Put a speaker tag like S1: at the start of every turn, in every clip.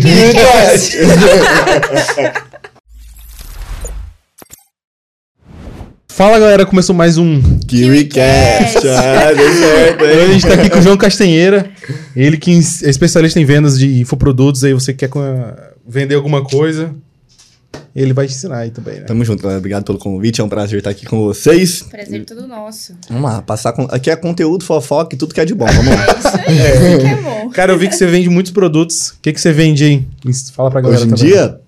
S1: Quiricast!
S2: Fala galera, começou mais um.
S1: Kiricast! Ah, deu certo,
S2: Hoje a
S1: hein?
S2: gente tá aqui com o João Castanheira, ele que é especialista em vendas de infoprodutos, aí você quer com- vender alguma coisa, ele vai te ensinar aí também, né?
S1: Tamo junto, galera. Obrigado pelo convite. É um prazer estar aqui com vocês.
S3: Prazer todo nosso.
S1: Vamos lá, passar com... Aqui é conteúdo, fofoca e tudo que é de bom. Vamos lá.
S3: É isso aí, isso que é bom.
S2: Cara, eu vi que você vende muitos produtos. O que, que você vende aí? Fala pra galera
S1: Hoje em
S2: também.
S1: dia...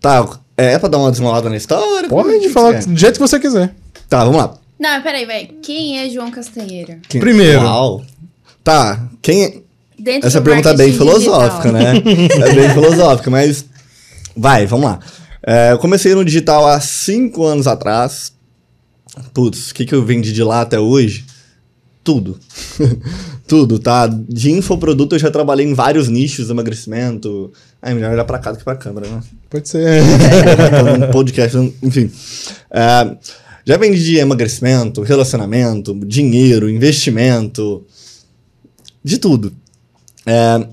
S1: Tá, é pra dar uma desmolada na história? O que
S2: Pode
S1: que
S2: falar
S1: você
S2: do jeito que você quiser.
S1: quer? Tá, vamos lá.
S3: Não, mas peraí, velho. Quem é João Castanheira?
S1: Quem-
S2: Primeiro.
S1: Uau. Tá, quem... é-
S3: Dentro
S1: Essa
S3: do
S1: pergunta é bem
S3: marketing
S1: filosófica,
S3: digital.
S1: né? É bem filosófica, mas... Vai, vamos lá. É, eu comecei no digital há cinco anos atrás. Putz, o que, que eu vendi de lá até hoje? Tudo. Tudo, tá? De infoproduto eu já trabalhei em vários nichos, emagrecimento... Ah, É melhor olhar pra cá do que pra câmera, né?
S2: Pode ser.
S1: Então, um podcast, um- enfim. Ah, já vendi de emagrecimento, relacionamento, dinheiro, investimento, de tudo. É,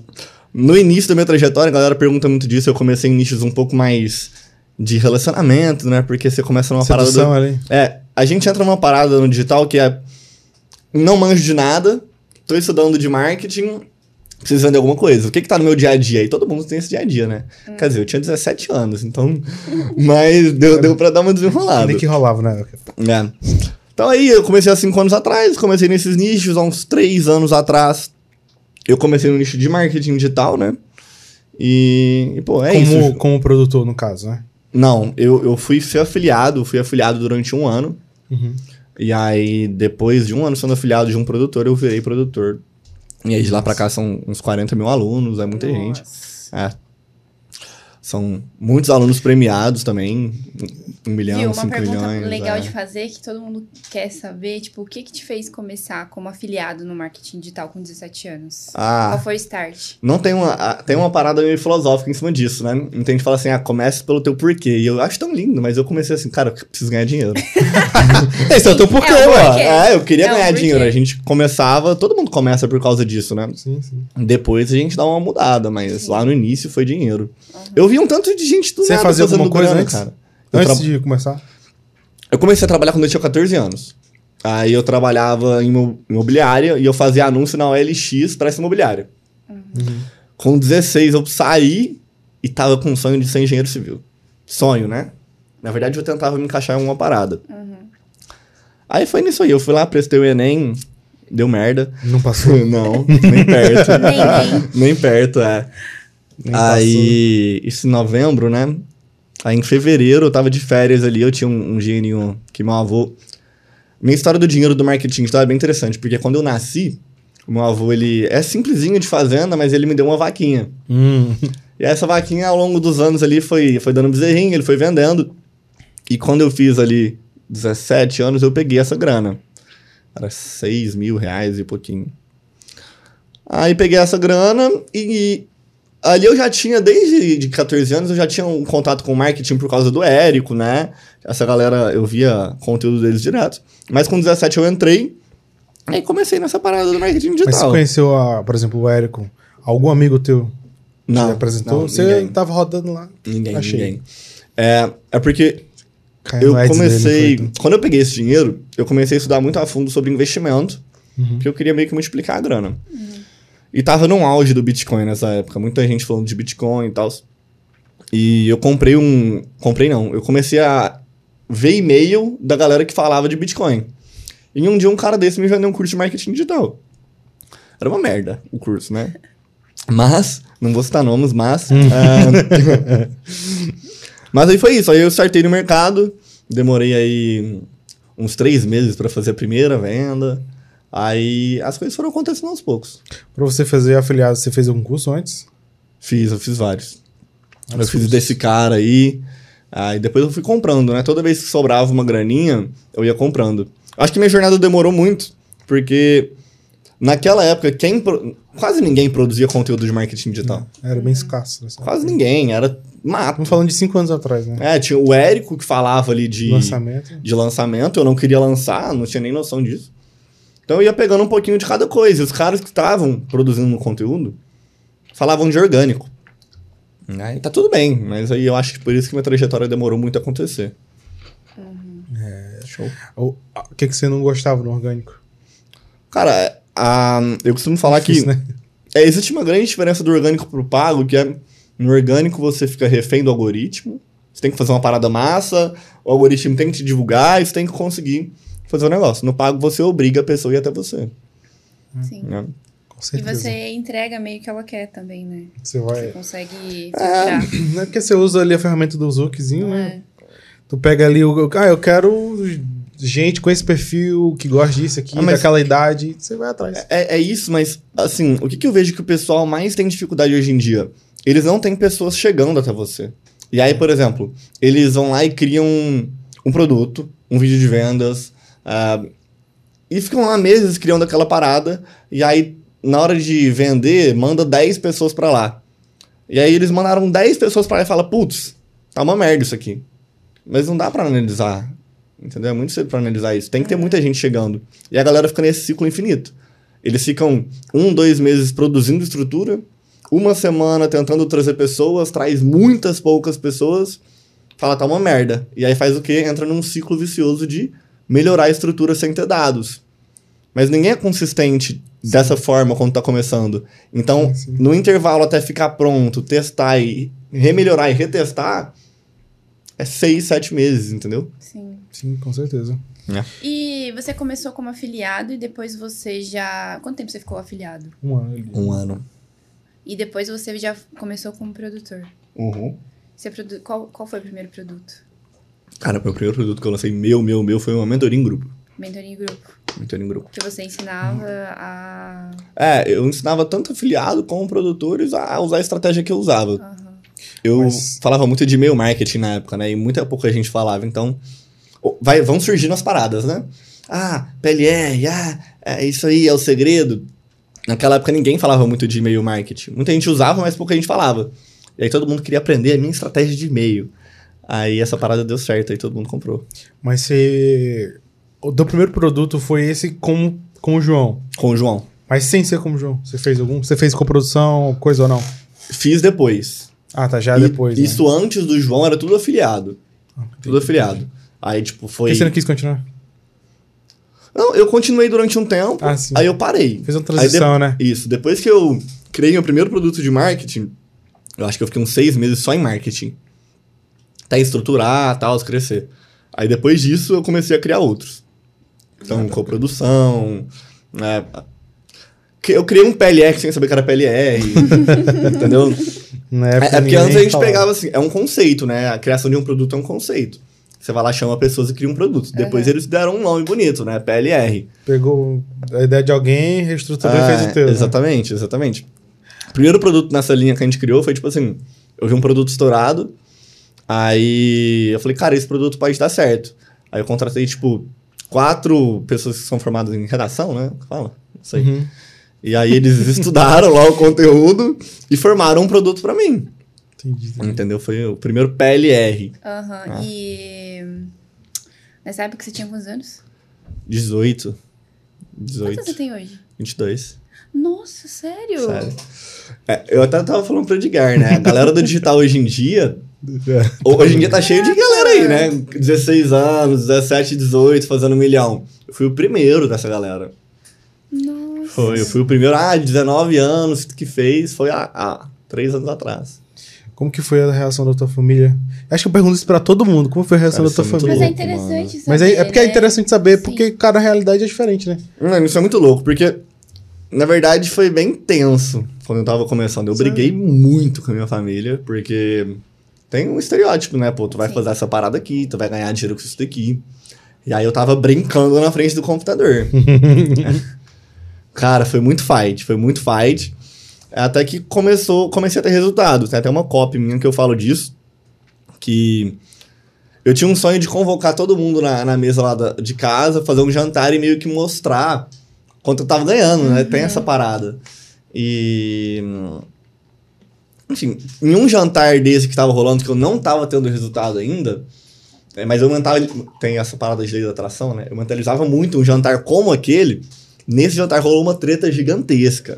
S1: no início da minha trajetória, a galera pergunta muito disso, eu comecei em nichos um pouco mais de relacionamento, né? Porque você começa numa parada... do-
S2: Sedução ali.
S1: é, a gente entra numa parada no digital que é não manjo de nada, tô estudando de marketing, preciso vender alguma coisa. O que que tá no meu dia a dia? E todo mundo tem esse dia a dia, né? Quer dizer, eu tinha 17 anos, então... Mas deu, deu pra dar uma desenrolada.
S2: Ainda que rolava, né?
S1: É. Então aí eu comecei há 5 anos atrás, comecei nesses nichos há uns 3 anos atrás. Eu comecei no nicho de marketing digital, né? E, e, pô, é isso.
S2: como, como produtor, no caso, né?
S1: Não, eu, eu fui ser afiliado, fui afiliado durante um ano.
S2: Uhum.
S1: E aí, depois de um ano sendo afiliado de um produtor, eu virei produtor. E aí, de lá pra cá, são uns 40 mil alunos, é muita gente.
S3: Nossa.
S1: É. São muitos alunos premiados também, um milhão,
S3: Viu, uma
S1: 5
S3: pergunta
S1: milhões.
S3: legal
S1: é.
S3: de fazer que todo mundo quer saber, tipo, o que que te fez começar como afiliado no marketing digital com 17 anos? Qual
S1: Ah,
S3: foi o start?
S1: não tem uma, ah, tem uma parada meio filosófica em cima disso, né? Não tem gente que fala assim, ah, comece pelo teu porquê. E eu acho tão lindo, mas eu comecei assim, cara, eu preciso ganhar dinheiro. Esse é o teu porquê,
S3: É o
S1: mano.
S3: porquê.
S1: É, eu queria
S3: É o
S1: ganhar
S3: porquê.
S1: dinheiro. A gente começava, todo mundo começa por causa disso, né?
S2: Sim, sim.
S1: Depois a gente dá uma mudada, mas
S3: Sim.
S1: lá no início foi dinheiro.
S3: Uhum.
S1: Eu vi um tanto de gente do
S2: Você
S1: nada
S2: fazia
S1: fazendo
S2: alguma coisa
S1: grana,
S2: antes?
S1: cara. Eu,
S2: Antes
S1: tra-
S2: de começar,
S1: eu comecei a trabalhar quando eu tinha 14 anos. Aí eu trabalhava em imo- imobiliária e eu fazia anúncio na OLX pra essa imobiliária.
S3: Uhum.
S2: Uhum.
S1: Com 16 eu saí e tava com o sonho de ser engenheiro civil. Sonho, né? Na verdade eu tentava me encaixar em uma parada.
S3: Uhum.
S1: Aí foi nisso aí, eu fui lá, prestei o Enem, deu merda.
S2: não passou.
S1: Não, nem perto.
S3: Nem, nem.
S1: nem perto, é.
S2: Nem
S1: Aí, isso em novembro, né? Aí em fevereiro eu tava de férias ali, eu tinha um, um dinheirinho que meu avô. Minha história do dinheiro do marketing digital é bem interessante, porque quando eu nasci, o meu avô ele é simplesinho de fazenda, mas ele me deu uma vaquinha.
S2: passou. Hum.
S1: E essa vaquinha ao longo dos anos ali foi, foi dando bezerrinho, ele foi vendendo. E quando eu fiz ali 17 anos, eu peguei essa grana. Era 6 mil reais e pouquinho. Aí peguei essa grana e, e ali eu já tinha, desde de 14 anos, eu já tinha um contato com marketing por causa do Érico, né? Essa galera, eu via conteúdo deles direto. Mas com 17 eu entrei e comecei nessa parada do marketing
S2: Mas você
S1: digital.
S2: conheceu, a, por exemplo, o Érico, algum amigo teu te apresentou?
S1: não,
S2: você
S1: ninguém,
S2: tava rodando lá.
S1: ninguém,
S2: Achei.
S1: ninguém. É, é porque
S2: Caiu
S1: Eu
S2: no ads dele,
S1: comecei.
S2: coitado.
S1: quando eu peguei esse dinheiro, eu comecei a estudar muito a fundo sobre investimento,
S2: Uhum.
S1: porque eu queria meio que multiplicar a grana. E tava num auge do Bitcoin nessa época, muita gente falando de Bitcoin e tal. E eu comprei um. Comprei não, eu comecei a ver e-mail da galera que falava de Bitcoin. E um dia um cara desse me vendeu um curso de marketing digital. Era uma merda o curso, né? Mas, não vou citar nomes, mas.
S2: Uhum.
S1: é, mas aí foi isso. Aí eu startei no mercado, demorei aí uns três meses pra fazer a primeira venda. Aí as coisas foram acontecendo aos poucos.
S2: Pra você fazer afiliado, você fez algum curso antes?
S1: Fiz, eu fiz vários. eu
S2: Antes
S1: fiz
S2: curso.
S1: desse cara aí. Aí depois eu fui comprando, né? Toda vez que sobrava uma graninha, eu ia comprando. Acho que minha jornada demorou muito, porque naquela época, quem pro- quase ninguém produzia conteúdo de marketing digital.
S2: Era bem escasso. né?
S1: Quase ninguém, era mato.
S2: Estamos falando de cinco anos atrás, né?
S1: É, tinha o Érico que falava ali de
S2: Lançamento.
S1: de lançamento, eu não queria lançar, não tinha nem noção disso. Então eu ia pegando um pouquinho de cada coisa. E os caras que estavam produzindo conteúdo falavam de orgânico. Né? E tá tudo bem, mas aí eu acho que por isso que minha trajetória demorou muito a acontecer.
S2: É,
S1: Show.
S2: O o que, que você não gostava no orgânico?
S1: Cara, a- eu costumo falar que
S2: Difícil, né?
S1: é, existe uma grande diferença do orgânico pro pago, que é no orgânico você fica refém do algoritmo, você tem que fazer uma parada massa, o algoritmo tem que te divulgar e você tem que conseguir fazer o negócio. No pago você obriga a pessoa a ir até você.
S3: Sim.
S1: né?
S2: Hum, Com
S3: E
S2: certeza.
S3: você entrega meio que ela quer também, né?
S2: Você
S3: Você
S2: vai.
S3: consegue
S1: É.
S3: filtrar.
S2: Não é porque você usa ali a ferramenta do Zookzinho,
S3: não
S2: né?
S3: é?
S2: Tu pega ali o. Ah, eu quero gente com esse perfil que gosta disso aqui,
S1: Ah, mas-
S2: daquela idade. Você vai atrás.
S1: É, é isso, mas assim, o que, que eu vejo que o pessoal mais tem dificuldade hoje em dia? Eles não têm pessoas chegando até você. E aí, por exemplo, eles vão lá e criam um, um produto, um vídeo de vendas, ah, e ficam lá meses criando aquela parada, e aí na hora de vender, manda 10 pessoas pra lá. E aí eles mandaram 10 pessoas pra lá e fala, putz, tá uma merda isso aqui. Mas não dá pra analisar, entendeu? É muito cedo pra analisar isso. Tem que ter muita gente chegando. E a galera fica nesse ciclo infinito. Eles ficam um, dois meses produzindo estrutura, uma semana tentando trazer pessoas, traz muitas poucas pessoas, fala, tá uma merda. E aí faz o quê? Entra num ciclo vicioso de melhorar a estrutura sem ter dados. Mas ninguém é consistente dessa forma quando tá começando.
S2: Sim,
S1: Então,
S2: sim.
S1: no intervalo até ficar pronto, testar e remelhorar e retestar, é seis, sete meses, entendeu?
S3: Sim.
S2: Sim, com certeza.
S3: E você começou como afiliado e depois você já. Quanto tempo você ficou afiliado?
S2: Um ano ali.
S1: Um ano.
S3: E depois você já começou como produtor.
S1: Uhum.
S3: Você produ... qual, qual foi o primeiro produto?
S1: Cara, meu primeiro produto que eu lancei, meu, meu, meu, foi uma mentoria em grupo.
S3: Mentoring grupo.
S1: Mentoria em grupo.
S3: Que você ensinava a.
S1: É, eu ensinava tanto afiliado como produtores a usar a estratégia que eu usava.
S3: Aham.
S1: Eu
S2: Mas-
S1: falava muito de e-mail marketing na época, né? E muita pouca gente falava, então o- vai, vão surgindo as paradas, né? Ah, PLR, ah, é isso aí é o segredo. Naquela época ninguém falava muito de e-mail marketing. Muita gente usava, mas pouca gente falava. E aí todo mundo queria aprender a minha estratégia de e-mail. Aí essa parada deu certo, aí todo mundo comprou.
S2: Mas você. O teu primeiro produto foi esse com, com o João.
S1: Com o João.
S2: Mas sem ser como o João. Você fez algum? Você fez coprodução, coisa ou não?
S1: Fiz depois.
S2: Ah, tá. Já
S1: E-
S2: depois.
S1: Isso antes do João era tudo afiliado.
S2: Né?
S1: Tudo afiliado. Aí, tipo,
S2: Por
S1: foi.
S2: que você não quis continuar?
S1: Não, eu continuei durante um tempo,
S2: Ah, sim.
S1: aí eu parei.
S2: Fez uma transição, né?
S1: Isso. Depois que eu criei meu primeiro produto de marketing, eu acho que eu fiquei uns seis meses só em marketing. Até estruturar, tal, crescer. Aí depois disso eu comecei a criar outros. Então,
S2: Ah, tá.
S1: coprodução. Né? Que- Eu criei um PLR sem saber que era PLR. entendeu?
S2: Na
S1: É,
S2: época
S1: é porque
S2: ninguém
S1: antes a gente
S2: falava.
S1: pegava assim, é um conceito, né? A criação de um produto é um conceito. Você vai lá, chama pessoas e cria um produto. Depois
S3: Aham.
S1: eles deram um nome bonito, né? PLR.
S2: Pegou a ideia de alguém, reestruturou e fez
S1: Ah,
S2: o teu. né?
S1: Exatamente, exatamente. O primeiro produto nessa linha que a gente criou foi tipo assim: eu vi um produto estourado, aí eu falei, cara, esse produto pode dar certo. Aí eu contratei, tipo, quatro pessoas que são formadas em redação, né? Fala, não sei.
S2: Uhum.
S1: E aí eles estudaram lá o conteúdo e formaram um produto pra mim.
S2: Entendi. entendi.
S1: Entendeu? Foi o primeiro PLR.
S3: Aham.
S1: Ah.
S3: E. Nessa época você tinha quantos anos?
S1: 18.
S3: Quantos você
S1: 18.
S3: tem hoje?
S1: 22.
S3: Nossa, sério?
S1: Sério. É, eu até tava falando pro Edgar, né? A galera do digital hoje em dia. Hoje em dia tá cheio de galera aí, né? 16 anos, 17, 18, fazendo um milhão. Eu fui o primeiro dessa galera.
S3: Nossa.
S1: Foi, eu fui o primeiro, ah, 19 anos que fez, foi há há três anos atrás.
S2: Como que foi a reação da tua família? Acho que eu pergunto isso pra todo mundo. Como foi a reação
S1: Cara,
S2: da tua
S1: isso é muito
S2: família?
S3: Mas é
S1: louco,
S3: interessante saber,
S2: Mas é, é porque é
S3: né?
S2: interessante saber,
S3: Sim.
S2: porque cada realidade é diferente, né?
S1: Mano, isso é muito louco, porque na verdade foi bem tenso quando eu tava começando. Eu
S2: Sério?
S1: briguei muito com a minha família, porque tem um estereótipo, né? Pô, tu vai
S3: Sim.
S1: fazer essa parada aqui, tu vai ganhar dinheiro com isso daqui. E aí eu tava brincando na frente do computador. Cara, foi muito fight, foi muito fight. Até que começou, comecei a ter resultado. Tem até uma copy minha que eu falo disso. Que eu tinha um sonho de convocar todo mundo na, na mesa lá da- de casa, fazer um jantar e meio que mostrar quanto eu tava ganhando, né? Tem essa parada. E. Enfim, em um jantar desse que tava rolando, que eu não tava tendo resultado ainda, é, mas eu mentava. Tem essa parada de lei da atração, né? Eu mentalizava muito um jantar como aquele. Nesse jantar rolou uma treta gigantesca.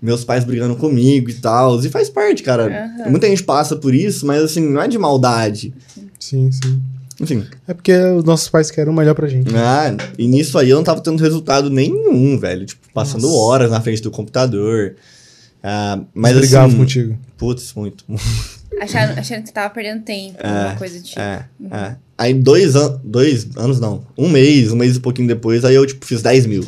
S1: meus pais brigando comigo e tal. E faz parte, cara.
S3: Aham.
S1: Muita gente passa por isso, mas assim, não é de maldade.
S2: Sim, sim.
S1: Enfim.
S2: É porque os nossos pais querem o melhor pra gente.
S1: Ah, e nisso aí eu não tava tendo resultado nenhum, velho. Tipo, passando
S2: Nossa.
S1: horas na frente do computador. Ah, mas
S2: Brigavam
S1: assim.
S2: contigo.
S1: Putz, muito.
S3: Achando, achando que você tava perdendo tempo, alguma coisa do tipo.
S1: É, é. Aí dois anos. Dois anos não. Um mês, um mês e pouquinho depois, aí eu, tipo, fiz 10 mil.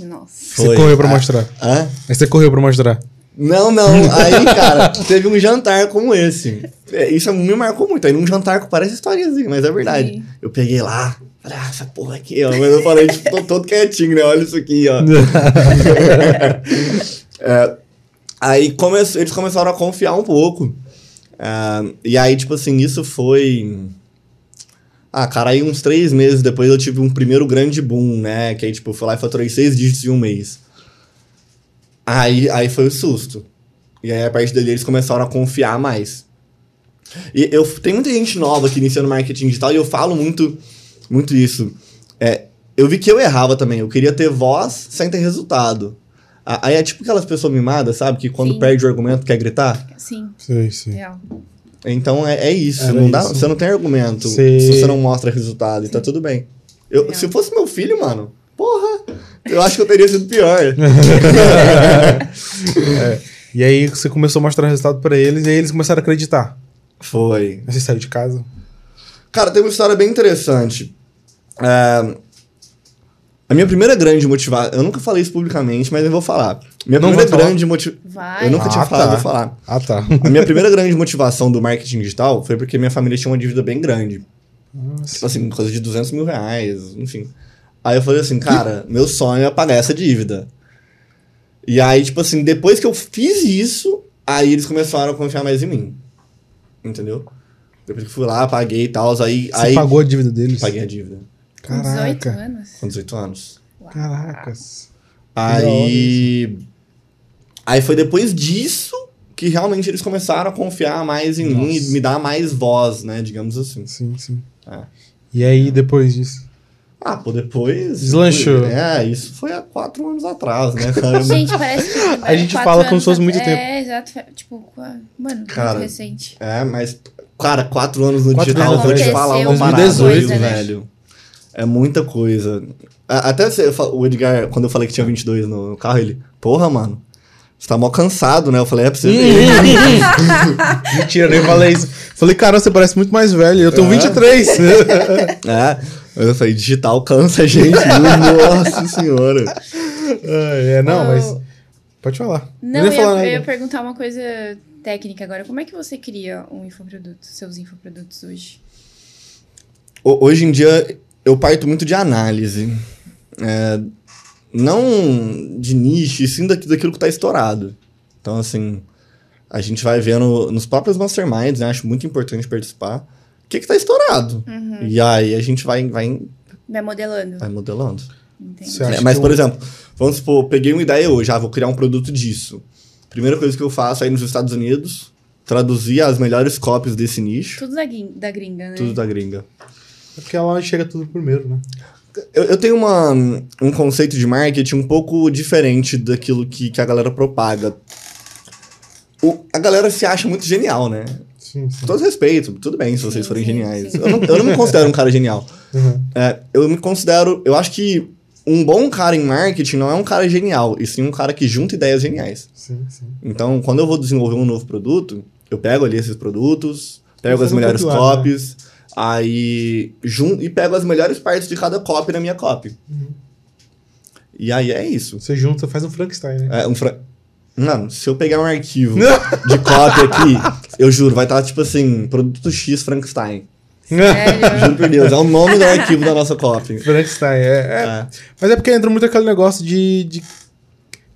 S3: Nossa.
S1: Foi,
S2: Você correu pra
S1: ah.
S2: mostrar.
S1: Hã?
S2: Aí você correu pra mostrar.
S1: Não, não. Aí, cara, teve um jantar como esse. É, Isso me marcou muito. Aí num jantar que parece historiazinha, mas é verdade.
S3: Sim.
S1: Eu peguei lá, falei, ah, essa porra aqui, ó. Mas eu falei, tipo, tô todo quietinho, né? Olha isso aqui, ó. É, aí come... eles começaram a confiar um pouco. Ah, e aí, tipo assim, isso foi. Ah, cara, aí uns três meses depois eu tive um primeiro grande boom, né? Que aí, tipo, eu fui lá e faturei seis dígitos em um mês. Aí, aí foi o susto. E aí, a partir dali, eles começaram a confiar mais. E eu, tem muita gente nova que iniciando marketing digital e eu falo muito, muito isso. É, eu vi que eu errava também. Eu queria ter voz sem ter resultado. A- Aí é tipo aquelas pessoas mimadas, sabe? Que quando
S3: Sim.
S1: perde o argumento quer gritar.
S3: Sim,
S2: Sei, sei.
S3: real.
S1: Então é, é isso.
S2: Era
S1: não dá,
S2: isso.
S1: Você não tem argumento
S2: Sim.
S1: se você não mostra resultado. E tá tudo bem. Eu,
S3: É.
S1: Se fosse meu filho, mano, porra, eu acho que eu teria sido pior.
S2: E aí você começou a mostrar resultado pra eles e aí eles começaram a acreditar.
S1: Foi.
S2: Aí você saiu de casa.
S1: Cara, tem uma história bem interessante. É, A minha primeira grande motivação. Eu nunca falei isso publicamente, mas eu vou falar. Minha
S2: Não vai
S1: primeira
S2: falar?
S1: grande motivação.
S3: Vai.
S1: Eu nunca tinha
S2: Ah,
S1: falado,
S2: tá.
S1: vou falar.
S2: Ah, tá.
S1: A minha primeira grande motivação do marketing digital foi porque minha família tinha uma dívida bem grande. Tipo assim, coisa de 200 mil reais, enfim. Aí eu falei assim, cara, meu sonho é pagar essa dívida. E aí, tipo assim, depois que eu fiz isso, aí eles começaram a confiar mais em mim. Entendeu? Depois que eu fui lá, paguei e tal, aí...
S2: Você
S1: aí
S2: pagou a dívida deles?
S1: Paguei a dívida.
S3: Com 18
S2: Caraca.
S3: anos?
S1: Com 18 anos.
S3: Uau.
S2: Caracas. da hora
S1: Aí. Aí foi depois disso que realmente eles começaram a confiar mais em mim e
S2: Nossa.
S1: me dar mais voz, né? Digamos assim.
S2: Sim, sim.
S1: É.
S2: E aí depois disso?
S1: Ah, pô, depois.
S2: Deslanchou.
S1: É, isso foi há quatro anos atrás, né, cara?
S3: Gente, parece que.
S2: A gente
S3: quatro
S2: fala como
S3: anos
S2: se fosse muito
S3: atrás-
S2: tempo.
S3: É, exato. Fe- Tipo, qua- mano,
S1: Cara,
S3: muito recente.
S1: é, mas. Cara, quatro anos no
S2: Quatro
S1: digital,
S2: anos
S1: vou te
S2: atrás.
S1: falar uma
S2: Aconteceu
S1: parada,
S2: 2018,
S1: viu,
S3: né?
S1: velho. É muita coisa. A- Até você fa- o Edgar, quando eu falei que tinha 22 no no carro, ele, porra, mano, você tá mó cansado, né? Eu falei, é pra você ver.
S2: Mentira, eu nem falei isso. Falei, cara, você parece muito mais velho. Eu tenho
S1: É?
S2: 23.
S1: É, eu falei, digital cansa a gente, viu? nossa senhora.
S2: é, não, mas.
S3: Eu-
S2: Pode falar.
S3: Não,
S2: ia
S3: eu ia,
S2: falar nada.
S3: eu ia perguntar uma coisa técnica agora. Como é que você cria um infoproduto, seus infoprodutos hoje?
S1: Ho- Hoje em dia, eu parto muito de análise. É, não de nicho, e sim daqui- daquilo que tá estourado. Então, assim, a gente vai vendo nos próprios masterminds, né? Acho muito importante participar. O que que tá estourado? E aí a gente vai, vai,
S3: Vai modelando.
S1: vai modelando.
S3: Entende?
S2: Você acha
S1: É, mas,
S2: que
S1: por
S2: um-
S1: exemplo, vamos supor, peguei uma ideia hoje, ah, vou criar um produto disso. Primeira coisa que eu faço é ir nos Estados Unidos, traduzir as melhores cópias desse nicho,
S3: Tudo da, guin- da gringa, né?
S1: tudo da gringa.
S2: É porque lá chega tudo primeiro, né?
S1: Eu, eu tenho uma, um conceito de marketing um pouco diferente daquilo que, que a galera propaga. O- a galera se acha muito genial, né?
S2: Sim, sim.
S1: Com todo respeito, tudo bem se vocês
S3: Sim,
S1: forem
S3: sim,
S1: geniais.
S3: sim.
S1: Eu não, eu não me considero um cara genial.
S2: Uhum.
S1: É, eu me considero. Eu acho que um bom cara em marketing não é um cara genial, e sim um cara que junta ideias geniais.
S2: Sim, sim.
S1: Então, quando eu vou desenvolver um novo produto, eu pego ali esses produtos, pego
S2: Você
S1: as
S2: não
S1: melhores
S2: pegou, né?
S1: copies, aí jun e pego as melhores partes de cada copy na minha copy.
S2: Uhum.
S1: E aí é isso.
S2: Você junta, faz um Frankenstein, né?
S1: É um fra... Mano, se eu pegar um arquivo de copy aqui, eu juro, vai estar tipo assim, produto X Frankenstein.
S3: Sério?
S1: Juro por Deus, é o nome do arquivo da nossa copy.
S2: Frankenstein, é, é.
S1: É.
S2: Mas é porque entra muito aquele negócio de. de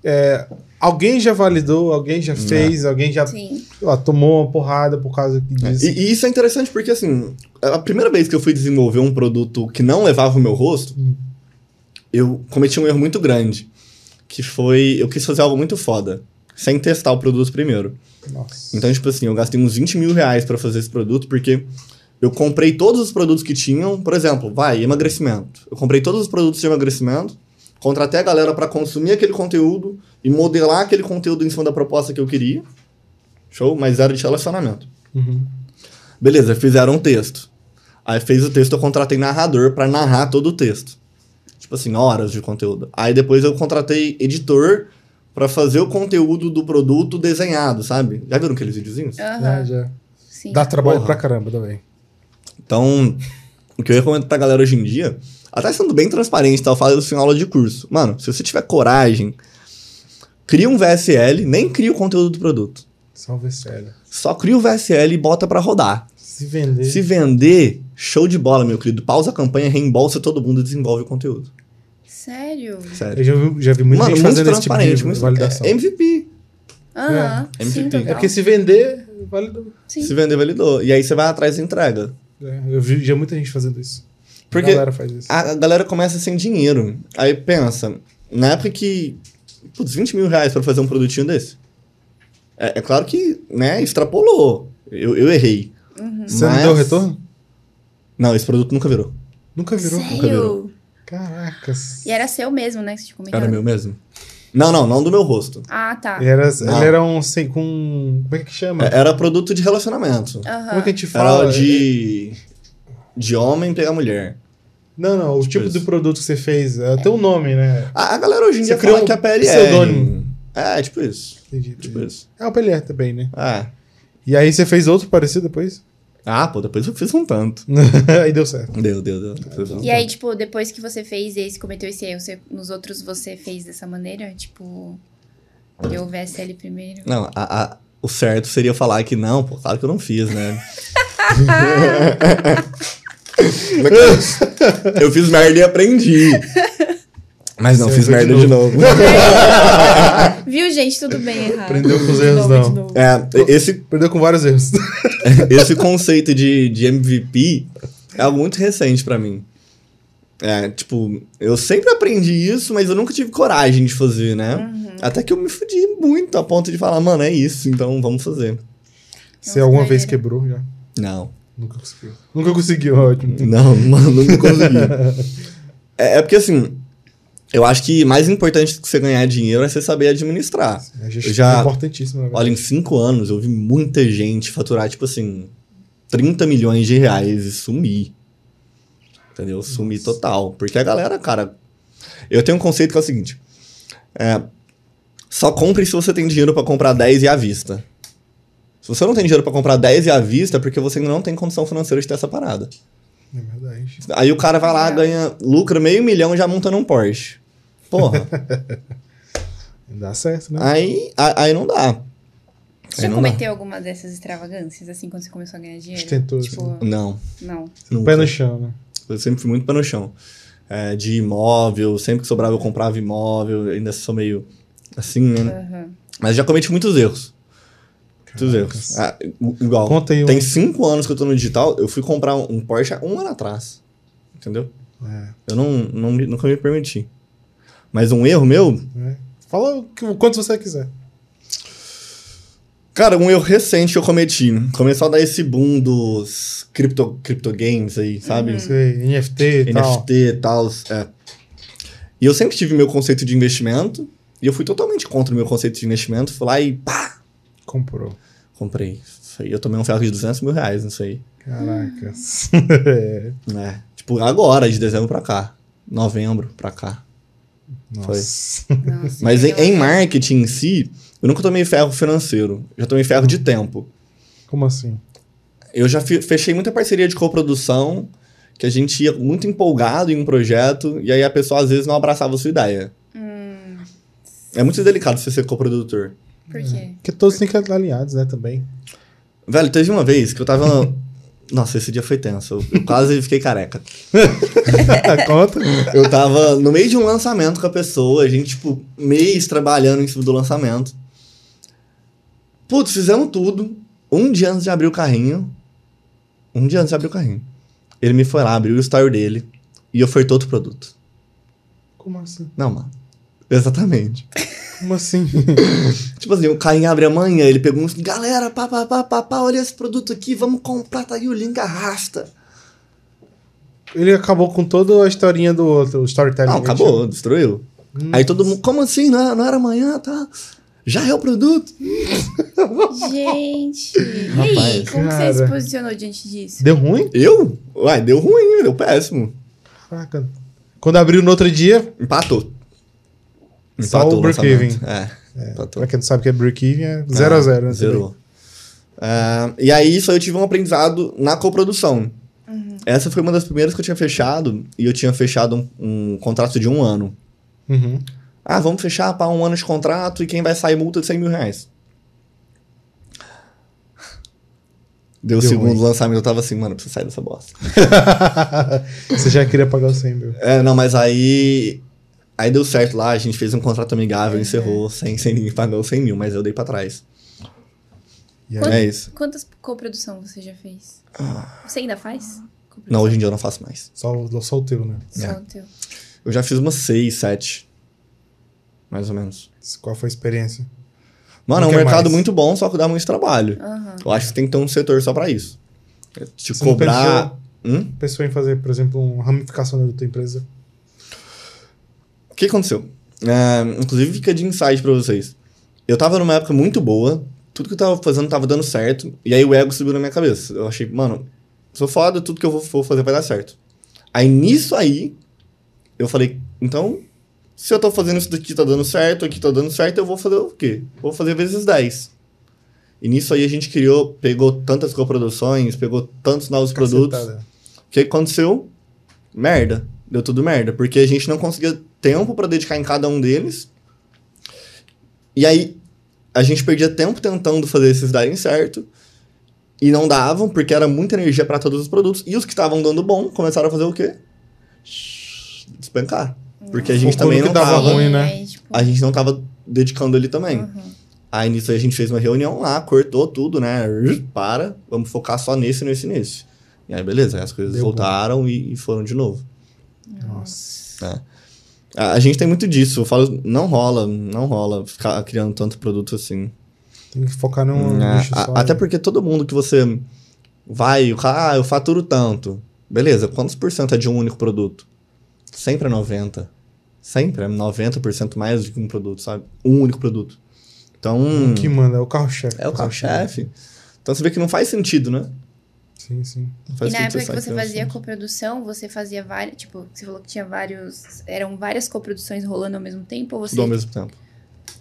S2: é, alguém já validou, alguém já fez, alguém já
S3: Sim.
S2: sei lá, tomou uma porrada por causa disso.
S1: E, e isso é interessante porque, assim, a primeira vez que eu fui desenvolver um produto que não levava o meu rosto, eu cometi um erro muito grande. Que foi. Eu quis fazer algo muito foda, sem testar o produto primeiro.
S2: Nossa.
S1: Então, tipo assim, eu gastei uns 20 mil reais pra fazer esse produto porque. Eu comprei todos os produtos que tinham, por exemplo, vai, emagrecimento. Eu comprei todos os produtos de emagrecimento, contratei a galera pra consumir aquele conteúdo e modelar aquele conteúdo em cima da proposta que eu queria. Show? Mas era de relacionamento.
S2: Uhum.
S1: Beleza, fizeram um texto. Aí fez o texto, eu contratei narrador pra narrar todo o texto. Tipo assim, horas de conteúdo. Aí depois eu contratei editor pra fazer o conteúdo do produto desenhado, sabe? Já viram aqueles videozinhos?
S3: Aham,
S2: Já, É, já.
S3: sim.
S2: Dá trabalho
S1: Porra.
S2: pra caramba também.
S1: Então, o que eu recomendo pra galera hoje em dia, até sendo bem transparente, tá? Eu falo isso em aula de curso. Mano, se você tiver coragem, cria um VSL, nem cria o conteúdo do produto.
S2: Salve sério.
S1: Só cria o VSL e bota pra rodar.
S2: Se vender.
S1: Se vender, show de bola, meu querido. Pausa a campanha, reembolsa todo mundo e desenvolve o conteúdo.
S3: Sério?
S1: Sério.
S2: Eu já vi, já vi muita
S1: Mano,
S2: gente
S1: muito
S2: fazendo esse tipo
S1: transparente,
S2: de
S1: muito
S2: validação.
S1: é MVP.
S3: Aham,
S1: É,
S3: sim,
S1: MVP.
S2: É
S3: total.
S2: porque se vender, é validou.
S3: Sim.
S1: Se vender, validou. E aí você vai atrás da entrega.
S2: É, eu vi já muita gente fazendo isso.
S1: Porque-
S2: A galera faz isso.
S1: a a galera começa sem dinheiro. Aí pensa, na época que. Putz, 20 mil reais pra fazer um produtinho desse. É, é claro que, né, extrapolou. Eu, eu errei.
S3: Uhum.
S2: Você
S1: Mas-
S2: não deu retorno?
S1: Não, esse produto nunca virou.
S2: Nunca virou.
S1: Nunca virou.
S3: Sério?
S2: Caracas.
S3: E era seu mesmo, né? Que você tinha comentado.
S1: Era meu mesmo? Não, não, não do meu rosto.
S3: Ah, tá.
S2: Ele era,
S1: Não.
S2: ele era um sem, com. Como é que chama?
S1: É, Era produto de relacionamento.
S3: Aham.
S2: Como é que a gente fala?
S1: Era de. De homem pegar mulher.
S2: Não, não, o
S1: Tipo
S2: tipo
S1: isso.
S2: do produto que você fez. É até o nome, né?
S1: A, a galera hoje em
S2: Você
S1: dia
S2: criou
S1: fala que a
S2: um
S1: PLR.
S2: pseudônimo.
S1: É, tipo isso.
S2: Entendi.
S1: Tipo isso.
S2: É o PLR também, né?
S1: É.
S2: E aí você fez outro parecido depois?
S1: Ah, pô, depois eu fiz um tanto.
S2: aí deu certo.
S1: Deu, deu, deu. Depois eu fiz um
S3: E aí, tipo, depois que você fez esse, cometeu esse erro, você- nos outros você fez dessa maneira? Tipo, deu o VSL primeiro?
S1: Não, a- a- o certo seria eu falar que não, pô, claro que eu não fiz, né? eu fiz merda e aprendi. Mas não,
S2: Você
S1: fiz
S2: errou de
S1: merda de novo.
S3: Viu, gente? Tudo bem errar.
S2: Aprendeu com os
S3: De
S2: erros,
S3: novo,
S2: não.
S3: de novo.
S1: É, esse,
S2: Perdeu com vários erros.
S1: esse conceito de, de MVP é algo muito recente pra mim. É, tipo, eu sempre aprendi isso, mas eu nunca tive coragem de fazer, né? Até que eu me fudi muito a ponto de falar, mano, é isso, então vamos fazer.
S2: Você alguma
S3: Nossa,
S2: vez
S3: maneiro.
S2: quebrou já?
S1: Não.
S2: Nunca conseguiu. Nunca conseguiu, ótimo.
S1: Não, mano, nunca consegui. é, é porque assim, eu acho que mais importante que você ganhar dinheiro é você saber administrar.
S2: É né? gestão
S1: Já-
S2: importantíssimo, na verdade.
S1: Olha, em cinco anos eu vi muita gente faturar, tipo assim, 30 milhões de reais e sumir. Entendeu? Sumir total. Porque a galera, cara. Eu tenho um conceito que é o seguinte: é, só compre se você tem dinheiro pra comprar 10 e à vista. Se você não tem dinheiro pra comprar 10 e à vista, é porque você ainda não tem condição financeira de ter essa parada.
S2: É verdade.
S1: Aí o cara vai lá,
S3: É.
S1: ganha, lucra meio milhão e já monta num Porsche. Porra,
S2: Dá certo, né?
S1: aí, a- aí não dá. Aí
S3: Você já
S1: É, não dá.
S3: cometeu alguma dessas extravagâncias, assim, quando você começou a ganhar
S2: A
S3: dinheiro?
S2: gente tentou.
S3: Tipo,
S2: assim.
S1: Não.
S3: não.
S1: nunca.
S2: Pé no chão, né?
S1: Eu sempre fui muito pé no chão. É, de imóvel, sempre que sobrava eu comprava imóvel, ainda sou meio assim, né?
S3: Aham.
S1: Mas já cometi muitos erros. Muitos erros.
S2: Caracas.
S1: Ah, i- igual.
S2: Conta aí um.
S1: Tem cinco anos que eu tô no digital, eu fui comprar um Porsche há um ano atrás. Entendeu?
S2: É,
S1: Eu não, não, nunca me permiti. Mas um erro meu,
S2: né? Fala o que- o quanto você quiser.
S1: Hum. Cara, um erro recente que eu cometi. né? Começou a dar esse boom dos cripto, cripto games aí, sabe?
S2: Não sei, NFT e tal.
S1: NFT e tal. É. E eu sempre tive meu conceito de investimento. E eu fui totalmente contra o meu conceito de investimento. Fui lá e pá,
S2: Comprou.
S1: comprei. Isso aí, Eu tomei um ferro de 200 mil reais nisso aí.
S2: Caracas.
S1: É. Tipo, agora, de dezembro pra cá. Novembro pra cá.
S2: Nossa.
S3: Nossa,
S1: Mas em,
S3: então-
S1: em marketing em si, eu nunca tomei ferro financeiro. Já tomei ferro de tempo.
S2: Como assim?
S1: Eu já fe- fechei muita parceria de coprodução, que a gente ia muito empolgado em um projeto, e aí a pessoa às vezes não abraçava a sua ideia.
S3: Hum,
S1: É muito delicado você ser coprodutor.
S3: por quê?
S2: Porque todos têm que estar alinhados, né, também.
S1: Velho, teve uma vez que eu tava. Nossa, esse dia foi tenso. Eu quase fiquei careca.
S2: Conta.
S1: Eu tava no meio de um lançamento com a pessoa, a gente, tipo, mês trabalhando em cima do lançamento. Putz, fizemos tudo. Um dia antes de abrir o carrinho. Um dia antes de abrir o carrinho. Ele me foi lá, abriu o story dele e ofertou outro produto.
S2: Como assim?
S1: Não, mano. Exatamente.
S2: Como assim?
S1: Tipo assim, o Caim abre amanhã, ele pergunta assim, galera, pá, pá, pá, pá, pá, olha esse produto aqui, vamos comprar, tá aí o link, arrasta.
S2: Ele acabou com toda a historinha do outro, o storytelling. Hum.
S1: Não,
S2: que a gente
S1: acabou, destruiu.
S2: chama.
S1: Aí todo mundo, como assim? Não, é- não era amanhã, tá? Já é o produto.
S3: Gente. e aí,
S2: Rapaz,
S3: como que
S2: cara.
S3: você se posicionou diante disso?
S2: Deu ruim?
S1: Eu? Uai, deu ruim, deu péssimo.
S2: Caraca. Quando abriu no outro dia,
S1: Empatou.
S2: Só o
S1: lançamento.
S2: break-even.
S1: É, empatou.
S2: pra quem não sabe o que é break-even, é
S1: Ah,
S2: 0x0. né?
S1: Zerou. Ah, e aí, só eu tive um aprendizado na coprodução. Essa foi uma das primeiras que eu tinha fechado, e eu tinha fechado um, um contrato de um ano.
S2: Uhum.
S1: Ah, vamos fechar para um ano de contrato e quem vai sair multa de 100 mil reais. Deu o
S2: Deu
S1: segundo
S2: ruim.
S1: lançamento, eu tava assim, mano, preciso sair dessa bosta.
S2: Você já queria pagar os 100 mil.
S1: É, não, mas aí. Aí deu certo lá, a gente fez um contrato
S2: Uhum.
S1: amigável, encerrou, sem, sem ninguém pagou 100 mil, mas eu dei pra trás.
S2: E
S3: Quanto-
S1: É isso.
S3: Quantas coprodução você já fez? Você ainda faz?
S1: Ah. Não, hoje é. em dia eu não faço mais.
S2: Só, o- só o teu, né?
S3: Só o teu.
S1: Eu já fiz umas 6, 7. Mais ou menos.
S2: Qual foi a experiência?
S1: Mano, é um
S2: Não quer
S1: mercado
S2: mais.
S1: muito bom, só que dá muito trabalho.
S3: Aham.
S1: Eu acho que tem que ter um setor só pra isso. É Te
S2: Você não
S1: cobrar. Hum?
S2: Pensou em fazer, por exemplo, uma ramificação da tua empresa?
S1: O que aconteceu? É, inclusive, fica de insight pra vocês. Eu tava numa época muito boa, tudo que eu tava fazendo tava dando certo, e aí o ego subiu na minha cabeça. Eu achei, mano, sou foda, tudo que eu vou, vou fazer vai dar certo. Aí nisso aí, eu falei, então, se eu tô fazendo isso daqui tá dando certo, aqui tá dando certo, eu vou fazer o quê? Vou fazer vezes 10. E nisso aí a gente criou, pegou tantas coproduções, pegou tantos novos produtos.
S2: Cacetada.
S1: O que aconteceu? Merda. Deu tudo merda. Porque a gente não conseguia tempo pra dedicar em cada um deles. E aí, a gente perdia tempo tentando fazer esses darem certo. E não davam, porque era muita energia pra todos os produtos. E os que estavam dando bom começaram a fazer o quê? Despencar. Porque a gente
S2: Focou no
S1: também
S2: que
S1: não
S2: dava
S1: tava.
S2: ruim, né?
S3: Aí, tipo,
S1: A gente não tava dedicando ele também.
S3: aham.
S1: Aí nisso aí a gente fez uma reunião lá, cortou tudo, né? Para, vamos focar só nesse, nesse, nesse. E aí, beleza, aí as coisas
S2: Deu bom.
S1: voltaram e, e foram de novo. É.
S2: Nossa.
S1: A, a gente tem muito disso, eu falo, não rola, não rola ficar criando tanto produto assim.
S2: Tem que focar num
S1: É,
S2: nicho
S1: a-
S2: só.
S1: até
S2: né?
S1: porque todo mundo que você vai, ah, eu faturo tanto. Beleza, quantos por cento é de um único produto? Sempre é 90. Sempre é 90% mais do que um produto, sabe? Um único produto. Então,
S2: O que manda? É o carro-chefe.
S1: é o carro-chefe. Então você vê que não faz sentido, né?
S2: Sim, sim.
S1: Faz
S3: e na
S1: tudo
S3: época que
S1: sai
S3: você
S1: criança.
S3: fazia coprodução, você fazia várias. Tipo, você falou que tinha vários. Eram várias coproduções rolando ao mesmo tempo ou você.
S1: Tudo ao mesmo tempo.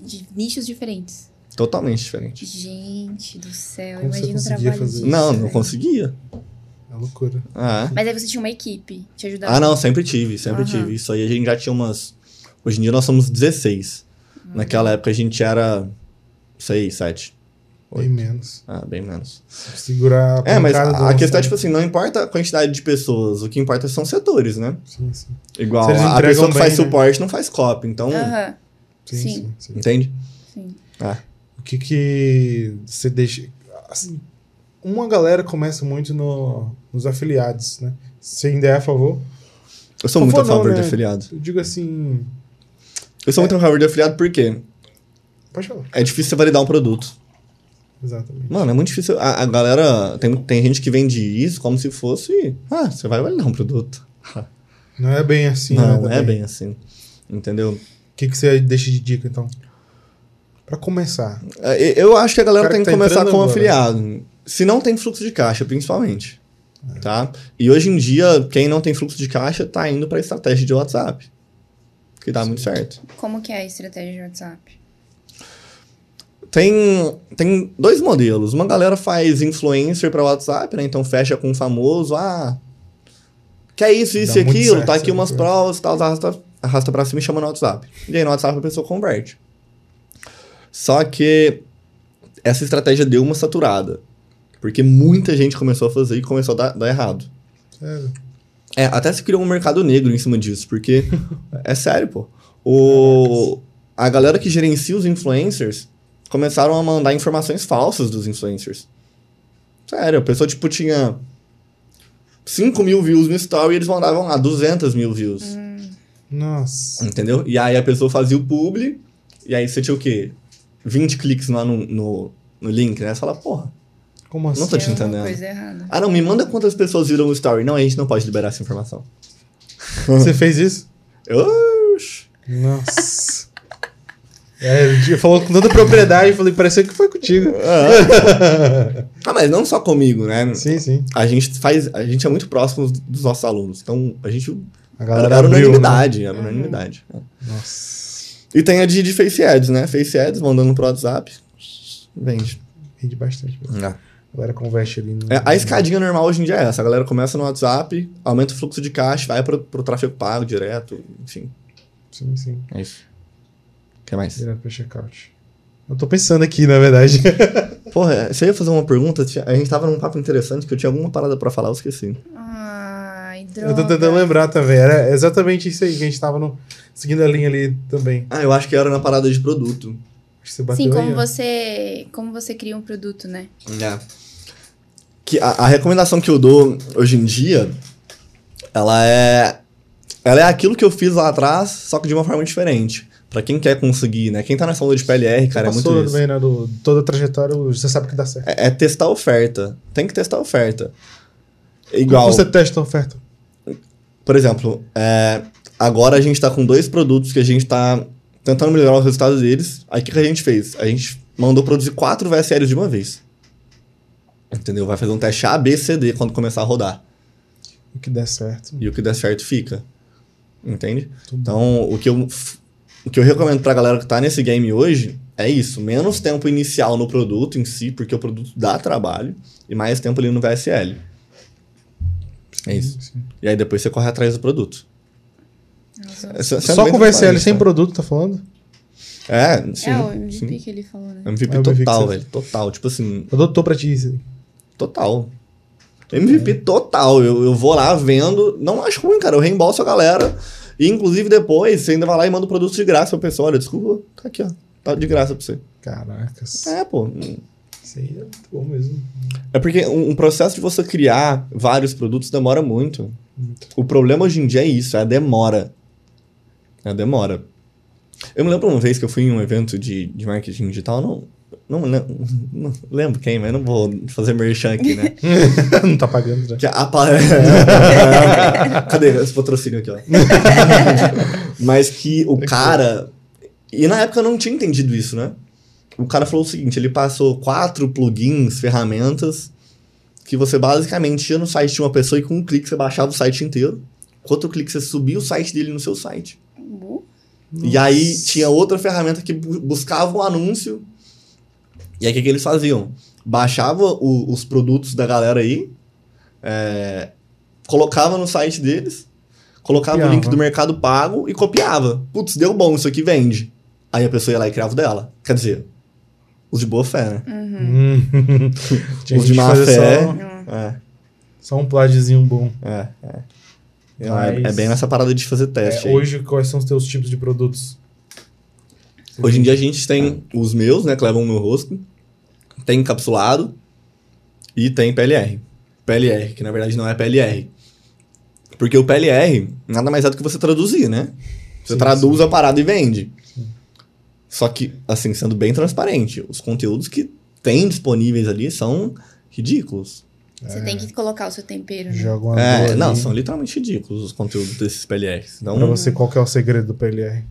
S3: De nichos diferentes.
S1: Totalmente diferente.
S3: Gente do céu,
S2: Como você
S3: imagina o
S2: conseguia
S3: trabalho
S2: fazer
S3: disso.
S2: isso?
S1: não, não
S3: velho.
S1: conseguia.
S2: É loucura.
S1: Ah,
S3: Mas aí você tinha uma equipe te ajudava.
S1: ah não, sempre tive, sempre
S3: Aham.
S1: tive. Isso aí a gente já tinha umas. Hoje em dia nós somos 16.
S3: Uhum.
S1: Naquela época a gente era 6, 7.
S2: Bem menos.
S1: Ah, bem menos.
S2: Segurar a
S1: É, mas
S2: pancada um do
S1: a, a questão
S2: lançamento.
S1: é tipo assim, não importa a quantidade de pessoas, o que importa são setores, né?
S2: Sim, sim.
S1: Igual
S2: Se eles
S1: a, a
S2: entregam
S1: pessoa que
S2: bem,
S1: faz
S2: né?
S1: suporte não faz copy, então.
S3: Aham,
S2: Sim,
S3: Sim.
S2: sim, sim.
S1: Entende?
S3: sim.
S2: O que que você deixa... Assim, uma galera começa muito no, nos afiliados, né? Você ainda é a favor?
S1: Eu sou
S2: Por
S1: muito a
S2: favor,
S1: favor
S2: né?
S1: do afiliado.
S2: Eu digo assim...
S1: Eu sou
S3: É.
S1: muito a favor do afiliado porque
S2: Pode falar.
S1: é difícil você validar um produto.
S2: Exatamente.
S1: Mano, é muito difícil. A, a galera. Tem, tem gente que vende isso como se fosse. Ah, você vai validar um produto.
S2: Não é bem assim, né?
S1: não, é
S2: também.
S1: bem assim. Entendeu?
S2: O que, que você deixa de dica, então? Pra começar.
S1: É, e- Eu acho que a galera
S2: O cara
S1: tem que,
S2: que tá
S1: começar
S2: entrando
S1: como
S2: agora.
S1: afiliado. Se não tem fluxo de caixa, principalmente. Tá? E hoje em dia, quem não tem fluxo de caixa tá indo pra estratégia de WhatsApp. Que dá muito certo.
S3: Como que é a estratégia de WhatsApp?
S1: Tem, tem dois modelos. Uma galera faz influencer pra WhatsApp, né? Então fecha com um famoso, ah, que é isso, isso
S2: Dá
S1: e
S2: muito
S1: aquilo,
S2: certo
S1: tá
S2: essa
S1: aqui umas
S2: coisa.
S1: provas, tal, arrasta, arrasta pra cima e chama no WhatsApp. E aí no WhatsApp a pessoa converte. Só que essa estratégia deu uma saturada. Porque muita gente começou a fazer e começou a dar, dar errado.
S2: Sério.
S1: É, até se criou um mercado negro em cima disso, porque é sério, pô. O, a galera que gerencia os influencers começaram a mandar informações falsas dos influencers. Sério, a pessoa, tipo, tinha 5 mil views no story e eles mandavam lá 200 mil views,
S2: Nossa.
S1: entendeu? E aí a pessoa fazia o publi, e aí você tinha o quê? 20 cliques lá no, no, no link, né? Você fala, porra,
S2: Como assim?
S1: não tô te
S3: Tem alguma
S1: entendendo.
S3: coisa errada.
S1: Ah, não, me manda quantas pessoas viram o story. Não, a gente não pode liberar essa informação.
S2: Você fez isso?
S1: Oxi.
S2: Nossa. É, ele tinha- falou com tanta propriedade, eu falei, pareceu que foi contigo.
S1: Ah, mas não só comigo, né?
S2: Sim, sim.
S1: A gente faz. A gente é muito próximo dos nossos alunos. Então, a gente.
S2: A
S1: Era,
S2: galera
S1: era
S2: abriu, né?
S1: unanimidade. Era unanimidade.
S2: Nossa.
S1: E tem a de, de Face Ads, né? Face Ads, mandando pro WhatsApp. Vende.
S2: Rende bastante. mesmo.
S1: Ah.
S2: A galera converte ali. No...
S1: É, a escadinha normal hoje em dia é essa. A galera começa no WhatsApp, aumenta o fluxo de caixa, vai pro, pro tráfego pago direto, enfim.
S2: Sim, sim.
S1: É isso. O que mais?
S2: Direto pra checkout. Eu tô pensando aqui, na verdade.
S1: Porra, você ia fazer uma pergunta? Tinha- A gente tava num papo interessante que eu tinha alguma parada pra falar, eu esqueci.
S3: Ai, droga.
S2: Eu tô tentando lembrar também. Era exatamente isso aí que a gente tava no- seguindo a linha ali também.
S1: Ah, eu acho que era na parada de produto.
S2: Acho que você bateu
S3: Sim,
S2: aí,
S3: como
S2: ó.
S3: você, como você cria um produto, né?
S1: É. Que a, a recomendação que eu dou hoje em dia, ela é. Ela é aquilo que eu fiz lá atrás, só que de uma forma diferente. Pra quem quer conseguir, né? Quem tá nessa onda de PLR, cara, é
S2: Passou
S1: muito isso.
S2: também, né? Do, toda a trajetória, você sabe que dá certo.
S1: É, é testar a oferta. Tem que testar a oferta. É
S2: Como
S1: Igual,
S2: Você testa a oferta.
S1: por exemplo, é, agora a gente tá com dois produtos que a gente tá tentando melhorar os resultados deles. Aí o que, que a gente fez? A gente mandou produzir quatro VSLs de uma vez. Entendeu? Vai fazer um teste A, B, C, D quando começar a rodar.
S2: O que der certo.
S1: E o que der certo fica. Entende? Então, o que eu, o que eu recomendo pra galera que tá nesse game hoje é isso. Menos tempo inicial no produto em si, porque o produto dá trabalho, e mais tempo ali no VSL. É isso.
S2: Sim.
S1: E aí depois você corre atrás do produto. É, se- sendo
S2: Só
S1: bem
S2: com VSL
S1: transparente,
S2: sem
S1: tá?
S2: produto, tá falando?
S1: É, sim.
S3: é o
S1: sim.
S3: MVP que ele falou, né?
S1: MVP
S2: É o MVP que
S1: total,
S2: você-
S1: velho. Total. Tipo assim,
S2: Eu dou pra ti isso aí.
S1: total. MVP total. Eu, eu vou lá vendo. Não acho ruim, cara. Eu reembolso a galera. E, inclusive, depois você ainda vai lá e manda o produto de graça pra pessoa. Olha, desculpa, tá aqui, ó. Tá de graça pra você.
S2: Caracas.
S1: É, pô.
S2: Isso aí é muito bom mesmo.
S1: É porque um, um processo de você criar vários produtos demora muito. O problema hoje em dia é isso, é a demora. É a demora. Eu me lembro uma vez que eu fui em um evento de, de marketing digital, não, não, me lem- não lembro quem, mas não vou fazer merchan aqui, né?
S2: Não tá pagando, né?
S1: Que a pa- Cadê esse patrocínio aqui, ó? Mas que o cara. E na época eu não tinha entendido isso, né? O cara falou o seguinte: ele passou quatro plugins, ferramentas, que você basicamente ia no site de uma pessoa e com um clique você baixava o site inteiro. Com outro clique você subia o site dele no seu site.
S3: Um Bu-
S1: E aí tinha outra ferramenta que bu- buscava um anúncio. E aí o que, que eles faziam? Baixava o- os produtos da galera aí, é, colocava no site deles, colocava o link
S2: Copiava.
S1: do mercado pago e copiava. Putz, deu bom, isso aqui vende. Aí a pessoa ia lá e criava o dela. Quer dizer, os de boa fé, né?
S2: Hum.
S3: Uhum.
S2: Tinha
S1: Os
S2: que
S1: de má
S2: fazer
S1: fé.
S2: Hum.
S3: Não.
S1: É,
S2: Só, só um plagizinho bom.
S1: é, é. Então, é- é bem nessa parada de fazer
S2: É,
S1: teste aí.
S2: hoje, quais são os teus tipos de produtos?
S1: Hoje em dia a gente tem
S2: É.
S1: os meus, né, que levam o meu rosto, tem encapsulado e tem PLR. PLR, que na verdade não é PLR. Porque o PLR nada mais é do que você traduzir, né? Você
S2: Sim,
S1: traduz a parada e vende. Só que, assim, sendo bem transparente, os conteúdos que tem disponíveis ali são ridículos.
S3: Você tem que colocar o seu tempero, né?
S2: Joga uma
S1: É,
S2: dor
S1: não,
S2: ali.
S1: são literalmente ridículos os conteúdos desses PLRs.
S2: Pra
S1: Então,
S2: você, qual que é o segredo do PLR?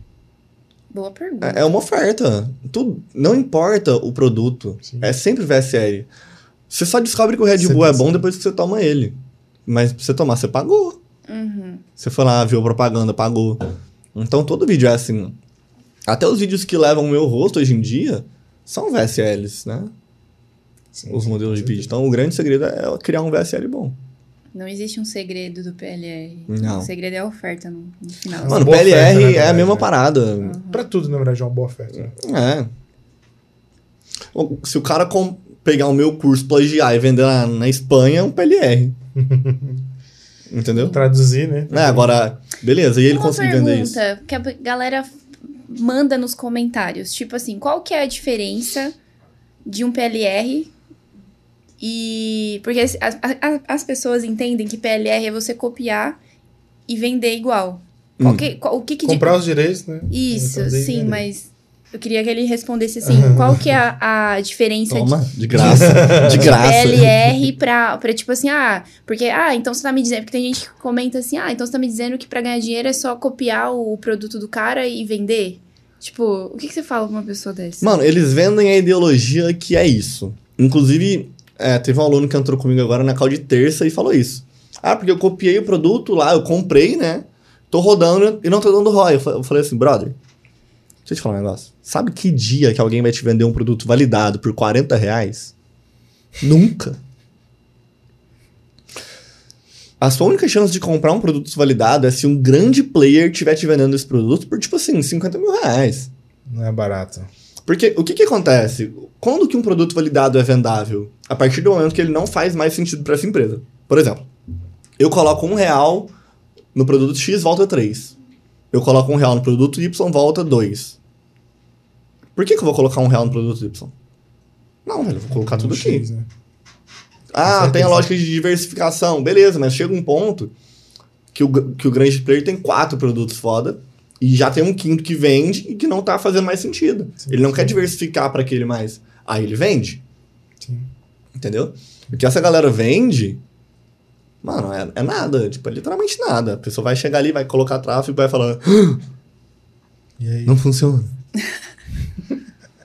S3: Boa pergunta.
S1: É é uma oferta. Tudo, não importa o produto.
S2: Sim.
S1: É sempre VSL. Você só descobre que o Red
S2: Sempre
S1: Bull é
S2: assim.
S1: bom depois que você toma ele. Mas pra você tomar, você pagou.
S3: Uhum.
S1: Você foi lá, viu a propaganda, pagou. Então todo vídeo é assim. Até os vídeos que levam o meu rosto hoje em dia são VSLs, né? Os modelos de vídeo. Então o grande segredo é criar um VSL bom.
S3: Não existe um segredo do PLR.
S1: Não.
S3: O segredo é a oferta no, no final.
S2: Uma
S1: Mano,
S2: boa
S1: PLR
S2: oferta, né,
S1: é a
S2: verdade,
S1: mesma
S2: né?
S1: parada.
S2: Pra tudo, na verdade, é uma boa oferta. né?
S1: É. O- Se o cara com- pegar o meu curso, plagiar e vender na, na Espanha, é um PLR. Entendeu?
S2: Traduzir, né?
S1: É, agora, beleza, e ele
S3: Uma
S1: conseguir
S3: pergunta
S1: vender isso?
S3: que a b- galera f- manda nos comentários. Tipo assim, qual que é a diferença de um PLR e... Porque as, as- a- as pessoas entendem que PLR é você copiar e vender igual. Qual
S1: Hum.
S3: que- qual- o que que... di-
S2: Comprar os direitos, né?
S3: Isso,
S2: Fazer e
S3: sim,
S2: vender.
S3: mas... Eu queria que ele respondesse assim, qual que é a, a diferença de
S1: Toma, de graça. De graça.
S3: LR pra, pra tipo assim, ah, porque, ah, então você tá me dizendo, porque tem gente que comenta assim, ah, então você tá me dizendo que pra ganhar dinheiro é só copiar o produto do cara e vender? Tipo, o que, que você fala pra uma pessoa dessa?
S1: Mano, eles vendem a ideologia que é isso. Inclusive, é, teve um aluno que entrou comigo agora na call de terça e falou isso. Ah, porque eu copiei o produto lá, eu comprei, né? Tô rodando e não tô dando ROI. Eu fa- eu falei assim, brother, deixa eu te falar um negócio. Sabe que dia que alguém vai te vender um produto validado por 40 reais? Nunca. A sua única chance de comprar um produto validado é se um grande player estiver te vendendo esse produto por, tipo assim, 50 mil reais.
S2: Não é barato.
S1: Porque o que, que acontece? Quando que um produto validado é vendável? A partir do momento que ele não faz mais sentido para essa empresa. Por exemplo, eu coloco um real no produto X, volta 3. Eu coloco um real no produto Y, volta 2. Por que, que eu vou colocar um real no produto Y? Não, velho, eu vou colocar tudo
S2: Um
S1: aqui.
S2: X, né?
S1: Ah,
S2: Com
S1: tem a
S2: certeza.
S1: lógica de diversificação. Beleza, mas chega um ponto que o, gr- que o grande player tem quatro produtos foda e já tem um quinto que vende e que não tá fazendo mais sentido.
S2: Sim,
S1: ele não
S2: sim.
S1: quer diversificar para aquele mais. Aí ele vende,
S2: Sim.
S1: entendeu? O que essa galera vende, mano, é, é nada. Tipo, é literalmente nada. A pessoa vai chegar ali, vai colocar tráfego e vai falar, "Ah,
S2: E aí?
S1: não funciona.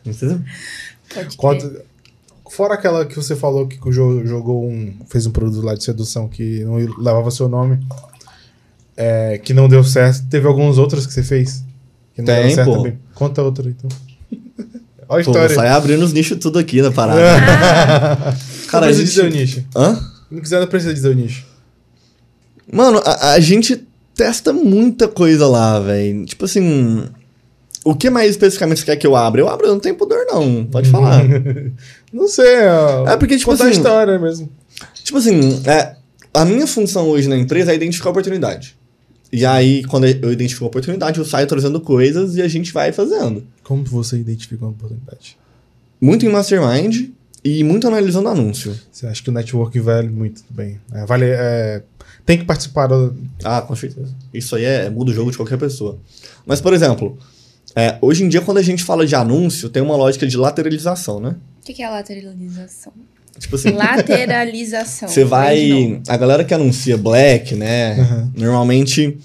S1: Entendeu?
S3: Pode
S2: Qual-
S3: crer.
S2: Fora aquela que você falou que o jo- jogou um. fez um produto lá de sedução que não levava seu nome. é, que não deu certo. Teve alguns outros que você fez. Que não
S1: Tem,
S2: deram certo
S1: pô.
S2: também. Conta outra, então. Olha a
S1: Pô, vou
S2: história. É.
S1: sair abrindo os nichos tudo aqui na parada.
S2: não
S1: Cara, a
S2: precisa de dizer o
S1: gente...
S2: nicho.
S1: Hã?
S2: Não quiser, não precisa dizer o nicho.
S1: Mano, a, a gente testa muita coisa lá, velho. Tipo assim. O que mais especificamente você quer que eu abra? Eu abro, eu não tenho pudor, não. Pode falar.
S2: Não sei. É,
S1: É porque, tipo
S2: contar a
S1: assim-
S2: história mesmo.
S1: tipo assim, é, a minha função hoje na empresa é identificar oportunidade. E aí, quando eu identifico a oportunidade, eu saio trazendo coisas e a gente vai fazendo.
S2: Como você identifica uma oportunidade?
S1: Muito em mastermind e muito analisando anúncio.
S2: Você acha que o network vale muito bem? É, vale, é, tem que participar. do-
S1: Ah, com certeza. Isso aí é, muda o jogo de qualquer pessoa. Mas, por exemplo, é, hoje em dia, quando a gente fala de anúncio, tem uma lógica de lateralização, né?
S3: O que, que é lateralização?
S1: Tipo assim.
S3: Lateralização.
S1: Você
S3: Vem de novo.
S1: vai. A galera que anuncia black, né?
S2: Aham.
S1: Normalmente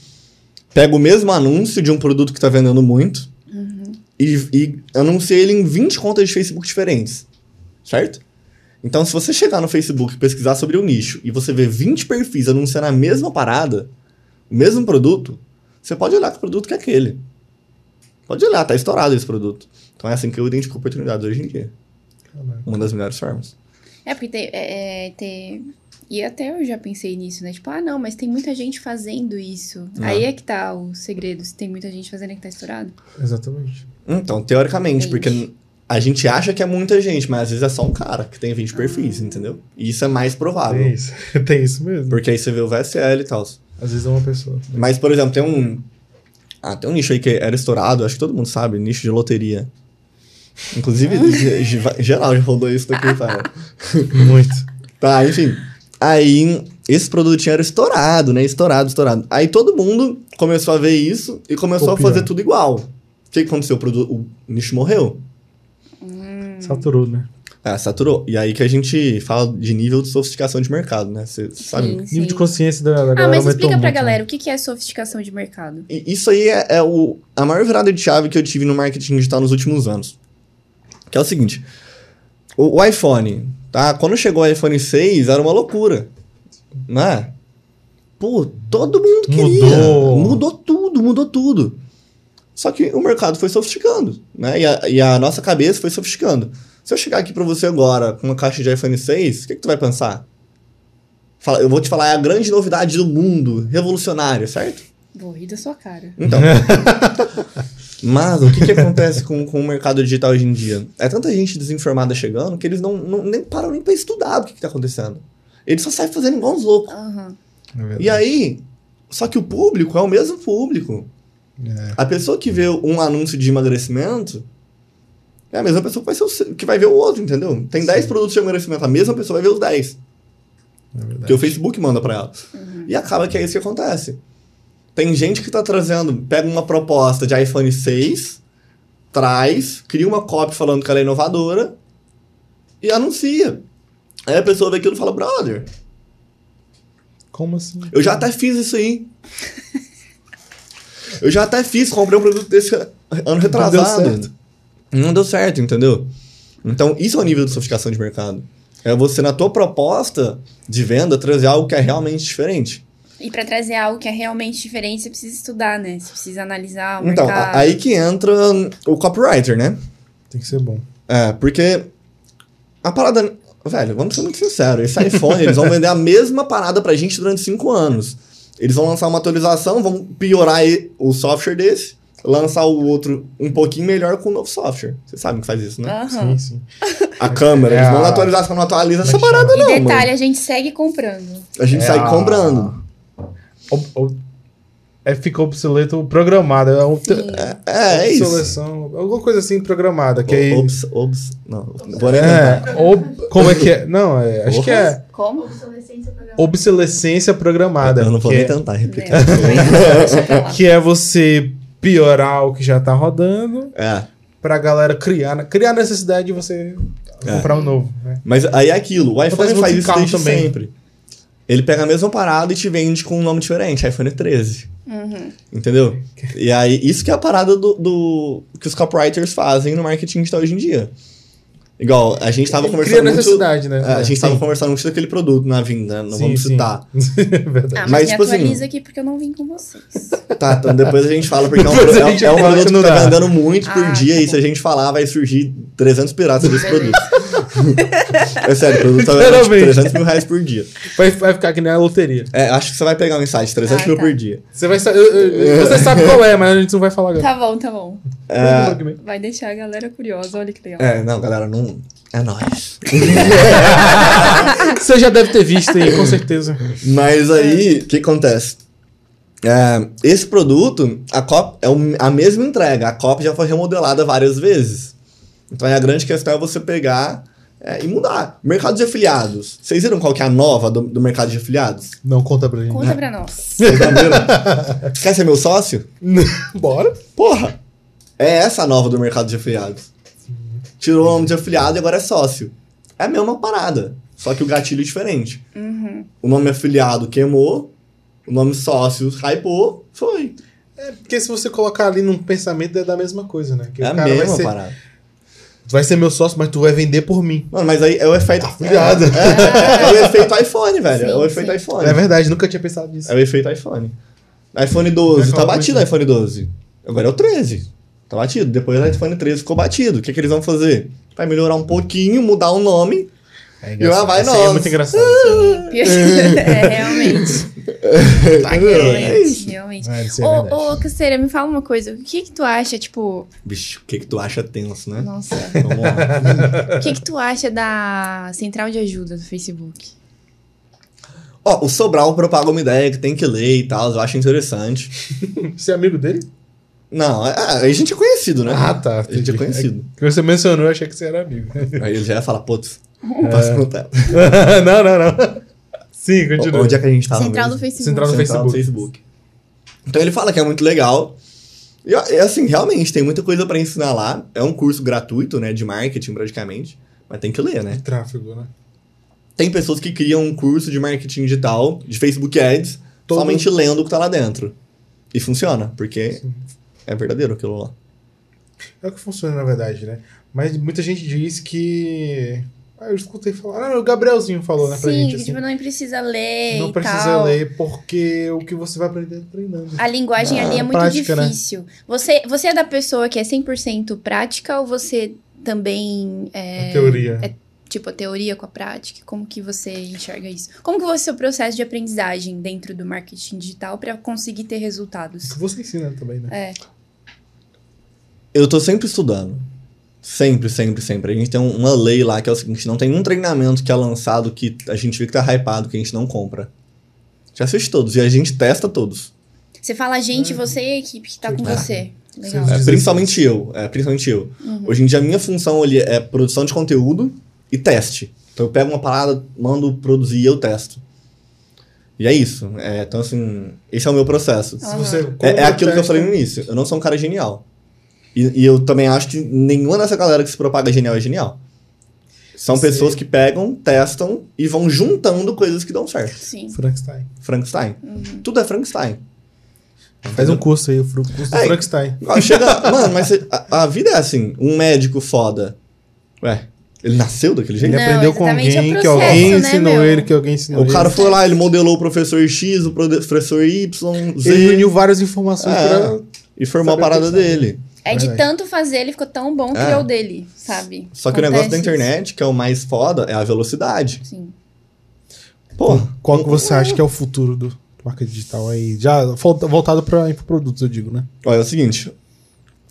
S1: pega o mesmo anúncio de um produto que tá vendendo muito e, e anuncia ele em 20 contas de Facebook diferentes. Certo? Então, se você chegar no Facebook e pesquisar sobre o nicho e você ver 20 perfis anunciando a mesma parada, o mesmo produto, você pode olhar que produto que é aquele. Pode olhar, tá estourado esse produto. Então é assim que eu identifico oportunidades hoje em dia. Uma das melhores formas.
S3: É, porque tem, é, é, tem- E até eu já pensei nisso, né? Tipo, ah, não, mas tem muita gente fazendo isso.
S1: Ah.
S3: Aí é que tá o segredo. Se tem muita gente fazendo, é que tá estourado.
S2: Exatamente.
S1: Então, teoricamente,
S3: Gente.
S1: porque a gente acha que é muita gente, mas às vezes é só um cara que tem 20 perfis, entendeu? E isso é mais provável.
S2: Tem isso. tem isso mesmo.
S1: Porque aí você vê o VSL e tal.
S2: Às vezes é uma pessoa.
S1: Mas, por exemplo, tem um. Ah, tem um nicho aí que era estourado, acho que todo mundo sabe, nicho de loteria. Inclusive, ge- ge- geral já rodou isso daqui, cara.
S2: Muito.
S1: Tá, enfim. Aí, esse produtinho era estourado, né? Estourado, estourado. Aí todo mundo começou a ver isso e começou
S2: Copiar.
S1: a fazer tudo igual. O que que aconteceu? O, produ- o nicho morreu.
S3: Hum.
S2: Saturou, né?
S1: Ah, saturou. E aí que a gente fala de nível de sofisticação de mercado, né? Você sabe.
S3: Sim,
S2: Nível
S3: sim.
S2: de consciência da, da galera
S3: Ah, mas
S2: aumentou
S3: explica pra
S2: muito, né?
S3: galera o que que é sofisticação de mercado.
S1: E isso aí é, é o, a maior virada de chave que eu tive no marketing digital nos últimos anos. Que é o seguinte: o, o iPhone, tá? Quando chegou o iPhone 6, era uma loucura. Né? Pô, todo mundo queria.
S2: Mudou.
S1: Mudou tudo, mudou tudo. Só que o mercado foi sofisticando, né? E a, e a nossa cabeça foi sofisticando. Se eu chegar aqui pra você agora com uma caixa de iPhone 6, o que, que tu vai pensar? Fala- eu vou te falar, é a grande novidade do mundo, revolucionária, certo?
S3: Vou rir da sua cara.
S1: Então. Mas o que, que acontece com, com o mercado digital hoje em dia? É tanta gente desinformada chegando que eles não, não- nem param nem pra estudar o que, que tá acontecendo. Eles só saem fazendo igual uns loucos.
S3: Aham.
S2: na É verdade.
S1: E aí, só que o público é o mesmo público.
S2: É.
S1: A pessoa que vê um anúncio de emagrecimento é a mesma pessoa que vai, ser o se- que vai ver o outro, entendeu? Tem 10 produtos de emagrecimento, a mesma pessoa vai ver os 10.
S2: na é verdade.
S1: Porque o Facebook manda pra ela. E acaba que é isso que acontece. Tem gente que tá trazendo, pega uma proposta de iPhone 6, traz, cria uma cópia falando que ela é inovadora e anuncia. Aí a pessoa vê aquilo e fala, brother,
S2: Como assim?
S1: eu já até fiz isso aí. eu já até fiz, comprei um produto desse ano retrasado.
S2: certo.
S1: Não deu certo, entendeu? Então, isso é o nível de sofisticação de mercado. É você, na tua proposta de venda, trazer algo que é realmente diferente.
S3: E pra trazer algo que é realmente diferente, você precisa estudar, né? Você precisa analisar o
S1: Então,
S3: mercado.
S1: a- aí que entra o copywriter, né?
S2: Tem que ser bom.
S1: É, porque a parada. Velho, vamos ser muito sinceros. Esse iPhone, eles vão vender a mesma parada pra gente durante cinco anos. Eles vão lançar uma atualização, vão piorar e- o software desse, lançar o outro um pouquinho melhor com o novo software. Vocês sabem que faz isso, né?
S2: Sim,
S3: Aham.
S2: sim.
S1: A câmera,
S2: É
S1: eles
S2: a-
S1: vão na atualização, não atualiza essa
S2: Como é que
S1: parada,
S2: chama?
S1: não.
S3: E detalhe,
S1: mano.
S3: a gente segue comprando.
S1: A gente
S2: É
S1: sai
S2: a-
S1: comprando.
S2: O- o- é, fica obsoleto programado. É, um-
S3: Sim.
S1: É, é isso.
S2: Obsoleção, alguma coisa assim programada. Que aí,
S1: Ops, ops. Não, vou nem tentar.
S2: é, ob- como é que é? Não, é, acho que é
S3: Como?
S2: obsolescência programada.
S1: Eu não vou
S2: que
S1: nem
S2: é-
S1: tentar replicar.
S3: Deixa pra lá.
S2: que é você piorar o que já tá rodando
S1: É.
S2: pra galera criar, né? criar necessidade de você
S1: É.
S2: comprar um novo, né?
S1: Mas aí é aquilo, o
S2: Acontece
S1: iPhone
S2: muito
S1: faz
S2: em
S1: isso
S2: carro
S1: desde
S2: também.
S1: sempre. Ele pega a mesma parada e te vende com um nome diferente, iPhone 13.
S3: Uhum.
S1: Entendeu? E aí, isso que é a parada do, do- que os copywriters fazem no marketing digital hoje em dia. Igual, a gente tava
S2: Ele
S1: conversando
S2: Cria
S1: muito...
S2: necessidade, né?
S1: é, A gente
S2: Sim.
S1: tava conversando muito daquele produto na vinda, não
S2: Sim,
S1: vamos
S2: sim.
S1: citar.
S2: É
S3: Ah,
S2: verdade.
S3: mas,
S1: Mas,
S3: me
S1: tipo assim-
S3: atualiza aqui porque eu não vim com vocês.
S1: Tá, então depois a gente fala, porque é um,
S2: Depois a
S1: é-
S2: gente
S1: é um
S2: fala que
S1: produto
S2: não
S1: que tá
S2: dá.
S1: vendendo muito por
S3: Ah,
S1: dia,
S3: tá
S1: e se a gente falar, vai surgir 300 piratas desse
S3: Beleza.
S1: produto. é sério, o produto tá vendendo tipo,
S2: Literalmente.
S1: 300 mil reais por dia.
S2: Vai, vai ficar que nem a loteria.
S1: É, acho que você vai pegar um insight, 300
S3: Ah,
S1: mil
S3: tá.
S1: por dia.
S2: Você vai sa- eu- eu- você sabe qual é, mas a gente não vai falar agora.
S3: Tá bom, tá bom.
S1: É,
S3: Vai deixar a galera curiosa, olha que legal.
S1: é, não, galera, não. É nóis.
S2: Você já deve ter visto aí, com certeza.
S1: Mas aí, o que acontece? É, esse produto, a cop é o- a mesma entrega, a cópia já foi remodelada várias vezes. Então aí a grande questão é você pegar é, e mudar. Mercado de afiliados. Vocês viram qual que é a nova do, do mercado de afiliados?
S2: Não conta pra gente.
S3: Conta pra nós.
S1: Vocês não viram? Quer ser meu sócio?
S2: Bora.
S1: Porra! É essa a nova do mercado de afiliados. Tirou o nome de afiliado e agora é sócio. É a mesma parada, só que o gatilho é diferente.
S3: Uhum.
S1: O nome afiliado queimou, o nome sócio hypou, foi.
S2: É, porque se você colocar ali num pensamento é da mesma coisa, né? Que
S1: é
S2: o
S1: a
S2: cara vai
S1: mesma
S2: ser,
S1: parada.
S2: tu vai ser meu sócio, mas tu vai vender por mim.
S1: Mano, mas aí é o efeito.
S2: Afiliado.
S1: É, é o efeito iPhone, velho.
S3: Sim,
S1: é o efeito
S3: sim.
S1: iPhone.
S2: É verdade, nunca tinha pensado nisso.
S1: É o efeito iPhone. iPhone
S2: Vai
S1: 12, tá
S2: falar muito,
S1: batido o
S2: né?
S1: iPhone 12. Agora é o 13. Tá batido. Depois o iPhone 13 ficou batido. O que, que eles vão fazer? Vai melhorar um pouquinho, mudar o nome.
S2: É
S1: engraçado. Lá vai
S2: Isso aí é
S1: nós.
S2: muito engraçado.
S3: Pior- é, realmente. Tá
S1: é
S3: Realmente, realmente.
S2: É, isso é verdade.
S3: Ô, ô, Caceira, me fala uma coisa. O que que tu acha, tipo...
S1: Bicho, o que, que tu acha tenso, né?
S3: Nossa.
S1: Vamos lá.
S3: O que que tu acha da central de ajuda do Facebook?
S1: Ó, o Sobral propaga uma ideia que tem que ler e tal, eu acho interessante.
S2: Você é amigo dele?
S1: Não, é- ah, a gente é conhecido, né?
S2: Ah, tá.
S1: A gente é
S2: entendi.
S1: conhecido.
S2: É que você mencionou, eu achei que você era amigo.
S1: Aí ele já ia falar, putz,
S2: É.
S1: não posso contar.
S2: não, não, não. Sim, continua.
S1: Onde é que a gente tava
S3: central
S1: mesmo?
S3: do Facebook.
S2: Ah, Central do
S1: Central do Facebook. Então ele fala que é muito legal. E e, assim, realmente, tem muita coisa pra ensinar lá. É um curso gratuito, né, de marketing praticamente. Mas tem que ler, né?
S2: Tráfego, né?
S1: Tem pessoas que criam um curso de marketing digital, de Facebook Ads,
S2: Todo-
S1: somente lendo o que tá lá dentro. E funciona, porque é verdadeiro aquilo lá.
S2: É o que funciona, na verdade, né? Mas muita gente diz que. Ah, eu escutei falar. Ah, o Gabrielzinho falou, né, pra
S3: Sim,
S2: gente.
S3: que
S2: Assim,
S3: tipo, não precisa ler
S2: não
S3: e
S2: precisa
S3: tal.
S2: ler, porque o que você vai aprender é treinando.
S3: A linguagem
S2: Ah,
S3: ali é muito
S2: prática, né?
S3: difícil. Você, você é da pessoa que é 100% prática ou você também é,
S2: a teoria.
S3: tipo a teoria com a prática? Como que você enxerga isso? Como que foi o seu processo de aprendizagem dentro do marketing digital para conseguir ter
S2: O
S3: resultados?
S2: que você ensina também, né?
S3: É.
S1: Eu tô sempre estudando. Sempre, sempre, sempre. A gente tem um- uma lei lá que é o seguinte: não tem um treinamento que é lançado que a gente vê que tá hypado, que a gente não compra. Já assiste todos. E a gente testa todos.
S3: Você fala gente, você e a equipe que tá com
S1: Ah.
S3: você. Legal.
S1: É,
S2: Uhum. Sim.
S1: principalmente eu. É, principalmente eu. Hoje em dia a minha função ali é produção de conteúdo e teste. Então eu pego uma parada, mando produzir e eu testo. E é isso. É, então, assim, esse é o meu processo.
S3: Ah.
S2: Se você,
S1: É, é aquilo que eu
S2: testa-
S1: falei no início. Eu não sou um cara genial. E, e eu também acho que nenhuma dessa galera que se propaga genial é genial. São
S2: Sim.
S1: pessoas que pegam, testam e vão juntando coisas que dão certo.
S3: Sim.
S2: Frankenstein.
S1: Frankenstein.
S2: Uhum.
S1: Tudo é Frankenstein.
S2: Faz um curso aí, o fru- curso do
S1: Ai.
S2: Frankenstein.
S1: Ó, Chega, mano, mas cê- a, a vida é assim. Um médico foda. Ué, ele nasceu daquele jeito?
S2: Ele
S3: Não,
S2: aprendeu com
S3: exatamente, é
S2: alguém, que
S3: processo,
S2: alguém
S3: né,
S2: ensinou
S3: meu?
S2: ele, que alguém ensinou
S1: O
S2: ele.
S1: cara foi lá, ele modelou o professor X, o prode- professor Y, Z.
S2: Ele uniu várias informações
S1: É,
S2: pra...
S1: e formou a
S2: saber
S1: parada
S2: pensar.
S1: dele.
S3: É de
S2: Verdade.
S3: tanto fazer, ele ficou tão bom que
S1: É.
S3: é o dele, sabe?
S1: Só que o negócio da internet, que é o mais foda, é a velocidade.
S3: Sim.
S1: Pô,
S2: Qual que você acha que é o futuro do do marketing digital aí? Já volta- voltado pra infoprodutos, eu digo, né?
S1: olha, é o seguinte.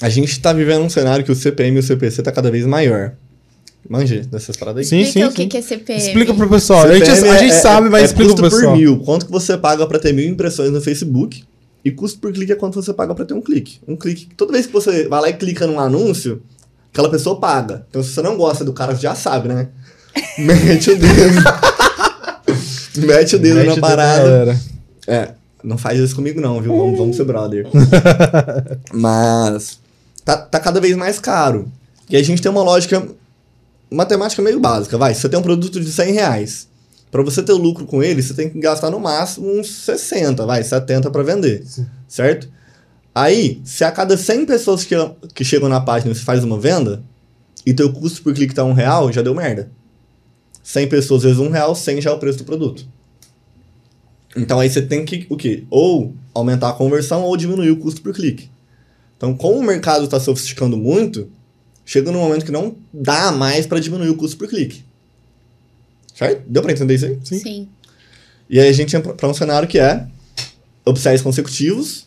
S1: A gente tá vivendo um cenário que o CPM e o CPC tá cada vez maior. Manje dessas paradas aí.
S2: Sim, sim,
S3: Explica o que
S2: sim.
S3: que é CPM.
S2: Explica pro pessoal. A gente,
S1: CPM
S2: a gente
S1: é-
S2: sabe, mas
S1: é
S2: explica pro
S1: custo
S2: pessoal.
S1: por mil. Quanto que você paga pra ter mil impressões no Facebook? E custo por clique é quanto você paga pra ter um clique. Um clique. Toda vez que você vai lá e clica num anúncio, aquela pessoa paga. Então se você não gosta do cara, você já sabe, né? Mete o dedo. Mete o dedo
S2: Mete
S1: na
S2: o dedo
S1: parada.
S2: galera.
S1: É, não faz isso comigo não, viu? Vamos, vamos ser brother. Mas tá, tá cada vez mais caro. E a gente tem uma lógica matemática meio básica, vai. Você tem um produto de 100 reais. Pra você ter o lucro com ele, você tem que gastar no máximo uns 60, vai, 70 pra vender,
S2: Sim.
S1: certo? Aí, se a cada 100 pessoas que, que chegam na página você faz uma venda, e teu custo por clique tá um real, já deu merda. 100 pessoas vezes um real, 100 já é o preço do produto. Então aí você tem que, o quê? Ou aumentar a conversão ou diminuir o custo por clique. Então, como o mercado está sofisticando muito, chega num momento que não dá mais para diminuir o custo por clique. Certo? Deu para entender isso aí?
S2: Sim.
S3: Sim.
S1: E aí a gente entra para um cenário que é upsells consecutivos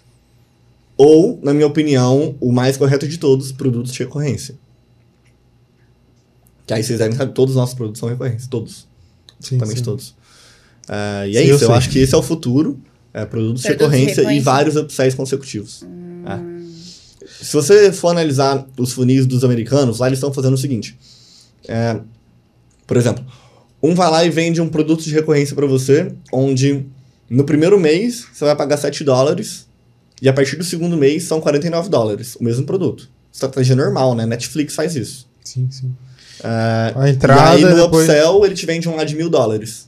S1: ou, na minha opinião, o mais correto de todos, produtos de recorrência. Que aí vocês devem saber, todos os nossos produtos são recorrentes, todos.
S2: Sim,
S1: Também
S2: sim.
S1: todos. Ah, e é
S2: Sim, eu
S1: isso, eu,
S2: sei.
S1: acho que esse é o futuro. É, produtos de
S3: Produtos de
S1: recorrência e
S3: recorrência.
S1: vários upsells consecutivos. É. Se você for analisar os funis dos americanos, lá eles estão fazendo o seguinte. É, por exemplo, um vai lá e vende um produto de recorrência para você, onde no primeiro mês você vai pagar 7 dólares e a partir do segundo mês são 49 dólares, o mesmo produto. Estratégia normal, né? Netflix faz isso.
S2: Sim, sim. Ah, a entrada
S1: e aí é no
S2: depois...
S1: upsell ele te vende um lá de mil dólares.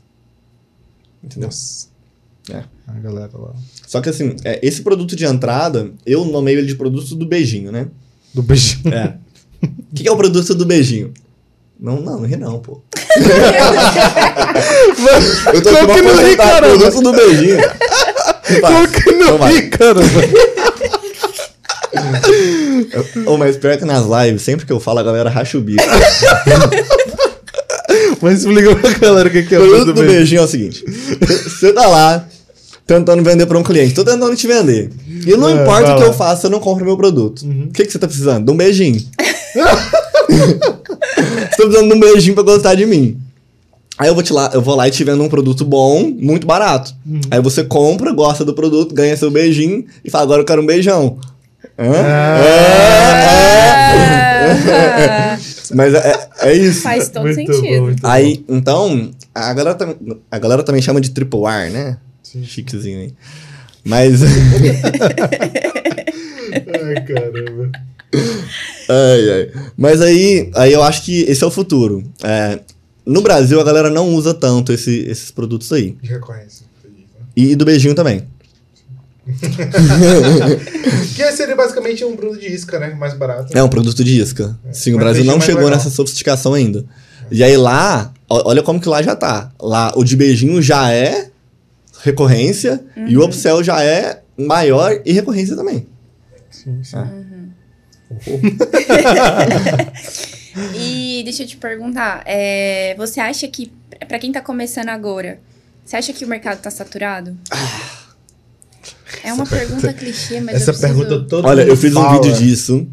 S1: Entendeu?
S2: Nossa.
S1: É.
S2: A galera lá.
S1: Só que assim, é, esse produto de entrada, eu nomeio ele de produto do beijinho, né?
S2: Do beijinho.
S1: É. O que, que é o produto do beijinho? Não, não, não ri não, pô. Eu
S2: Como
S1: pra
S2: que não ri,
S1: apresentar
S2: caramba?
S1: produto do beijinho.
S2: Como que não
S1: Então vai.
S2: vi, caramba?
S1: Ô, mas pior que nas lives, sempre que eu falo, a galera racha o bico.
S2: Mas explica pra galera o que que é
S1: O
S2: o
S1: produto do
S2: beijinho.
S1: beijinho é o seguinte: você tá lá tentando vender pra um cliente, tô tentando te vender. E não
S2: É, vai
S1: importa o que
S2: lá. Uhum.
S1: eu faço, eu não compro meu produto. O que, que você tá precisando? De um beijinho. você tá precisando de um beijinho pra gostar de mim. Aí eu vou, te lá, eu vou lá e te vendo um produto bom, muito barato.
S2: Uhum.
S1: Aí você compra, gosta do produto, ganha seu beijinho e fala: agora eu quero um beijão. Hã?
S2: Ah.
S1: É, é.
S3: Ah,
S1: Mas é, é isso.
S3: faz todo
S2: Muito bom,
S3: sentido.
S2: muito bom.
S1: Aí, então, a galera, tam- a galera também chama de triple R, né?
S2: Sim.
S1: Chiquezinho, hein? Mas.
S2: Ai, caramba.
S1: ai, ai. Mas aí, aí eu acho que esse é o futuro. É, no Brasil, a galera não usa tanto esse- esses produtos aí.
S2: De recorrência.
S1: E, do beijinho também.
S2: Que seria basicamente um bruno de isca, né? Mais barato.
S1: É um produto de isca. Sim, o
S2: Mas
S1: Brasil
S2: beijinho é
S1: não
S2: mais
S1: chegou
S2: legal.
S1: nessa sofisticação ainda. E aí lá, ó- olha como que lá já tá. Lá o de beijinho já é recorrência e
S2: Uhum.
S1: o upsell já é maior e recorrência também.
S2: Sim, sim.
S3: E deixa eu te perguntar, é, você acha que, pra quem tá começando agora, você acha que o mercado tá saturado? É uma pergunta clichê, mas
S2: Essa
S3: eu preciso...
S2: pergunta toda.
S1: Olha, eu fiz um vídeo disso.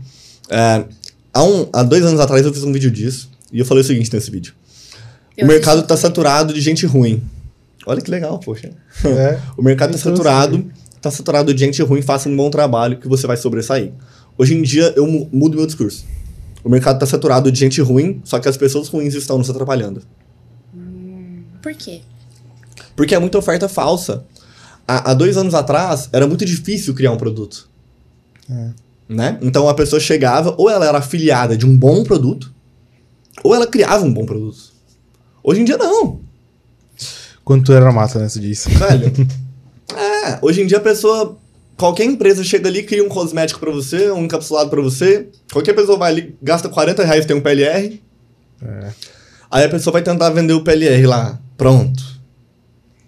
S1: É, há, um- há dois anos atrás eu fiz um vídeo disso. E eu falei o seguinte nesse vídeo:
S3: eu
S1: O mercado
S3: assisti.
S1: tá saturado de gente ruim. Olha que legal, poxa.
S2: É.
S1: O mercado tá
S2: Então,
S3: assim,
S1: saturado,
S3: é.
S1: tá saturado de gente ruim, faça um bom trabalho que você vai sobressair. Hoje em dia eu mu- mudo meu discurso. O mercado tá saturado de gente ruim, só que as pessoas ruins estão nos atrapalhando.
S3: Por quê?
S1: Porque é muita oferta
S3: É.
S1: falsa. Há, há dois anos atrás, era muito difícil criar um produto. né? Então a pessoa chegava, ou ela era afiliada de um bom produto, ou ela criava um bom produto. Hoje em dia não,
S2: Quando tu era mata, né? Você disse.
S1: velho. é, hoje em dia a pessoa, qualquer empresa chega ali, cria um cosmético pra você, um encapsulado pra você, qualquer pessoa vai ali, gasta 40 reais tem um PLR.
S2: É.
S1: Aí a pessoa vai tentar vender o PLR lá, pronto.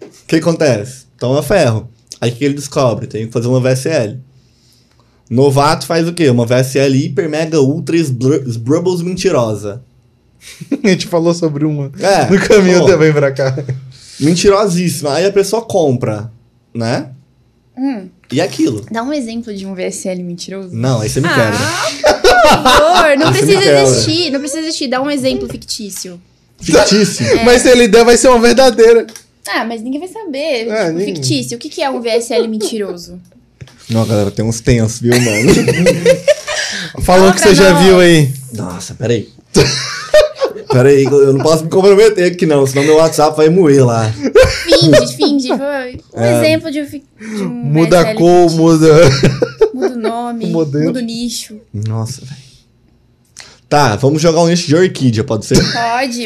S1: O que acontece? Toma ferro. Aí o que ele descobre? Tem que fazer uma VSL. Novato faz o quê? Uma VSL hiper, mega, ultra, esbr- esbrubbles mentirosa.
S2: A gente falou sobre uma
S1: É,
S2: no caminho
S1: pô.
S2: também pra cá.
S1: Mentirosíssima. Aí a pessoa compra, né?
S3: Hum,
S1: E é aquilo.
S3: dá um exemplo de um VSL mentiroso.
S1: Não, aí você me
S3: Ah.
S1: quebra.
S2: Ah,
S3: Por favor, não
S1: Você me
S3: precisa
S1: quebra.
S3: existir, não precisa existir. Dá um exemplo fictício.
S1: Fictício.
S3: É.
S2: Mas se ele der, vai ser uma verdadeira.
S3: Ah, mas ninguém vai saber.
S2: É,
S3: tipo,
S2: ninguém-
S3: fictício. O que, que é um VSL mentiroso?
S1: Não, galera, tem uns tensos, viu, mano?
S2: Fala um
S3: Fala
S2: que
S3: pra
S2: você já
S3: nós.
S2: viu aí.
S1: Nossa, peraí. Peraí, eu não posso me comprometer aqui não, senão meu WhatsApp vai moer lá.
S3: Finge, finge. pô. Um exemplo de, um fic- de um
S2: É. Muda a
S3: VSL
S2: cor, muda.
S3: Muda o nome,
S2: O modelo.
S3: muda o nicho.
S1: Nossa, velho. Tá, vamos jogar um nicho de orquídea, pode ser?
S3: Pode,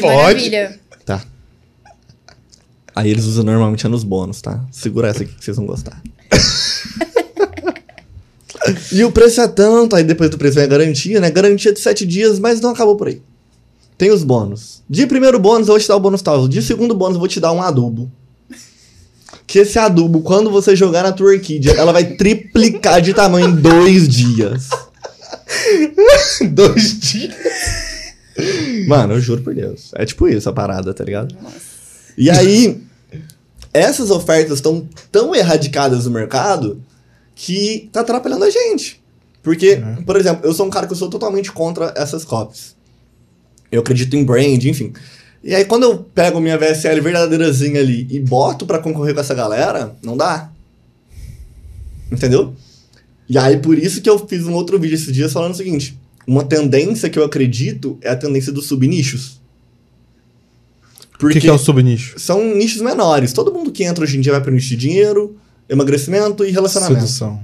S2: Pode.
S3: maravilha.
S1: Tá. Aí eles usam normalmente é nos bônus, tá? Segura essa aqui que vocês vão gostar. e o preço é tanto, aí depois do preço vem a garantia, né? Garantia de 7 dias, mas não acabou por aí. Tem os bônus. De primeiro bônus, eu vou te dar o bônus tal. De segundo bônus, eu vou te dar um adubo. Que esse adubo, quando você jogar na tua orquídea, ela vai triplicar de tamanho em dois dias.
S2: Dois dias.
S1: Mano, eu juro por Deus. É tipo isso a parada, tá ligado? E aí, essas ofertas estão tão erradicadas no mercado que tá atrapalhando a gente. Porque,
S2: Uhum.
S1: por exemplo, eu sou um cara que eu sou totalmente contra essas copies. Eu acredito em brand, enfim. E aí, quando eu pego minha VSL verdadeirazinha ali e boto pra concorrer com essa galera, não dá. Entendeu? E aí, por isso que eu fiz um outro vídeo esses dias falando o seguinte: uma tendência que eu acredito é a tendência dos subnichos.
S2: O
S1: Porque
S2: que, que é o subnicho?
S1: são nichos menores. Todo mundo que entra hoje em dia vai para nicho de dinheiro, emagrecimento e relacionamento.
S2: Sedução.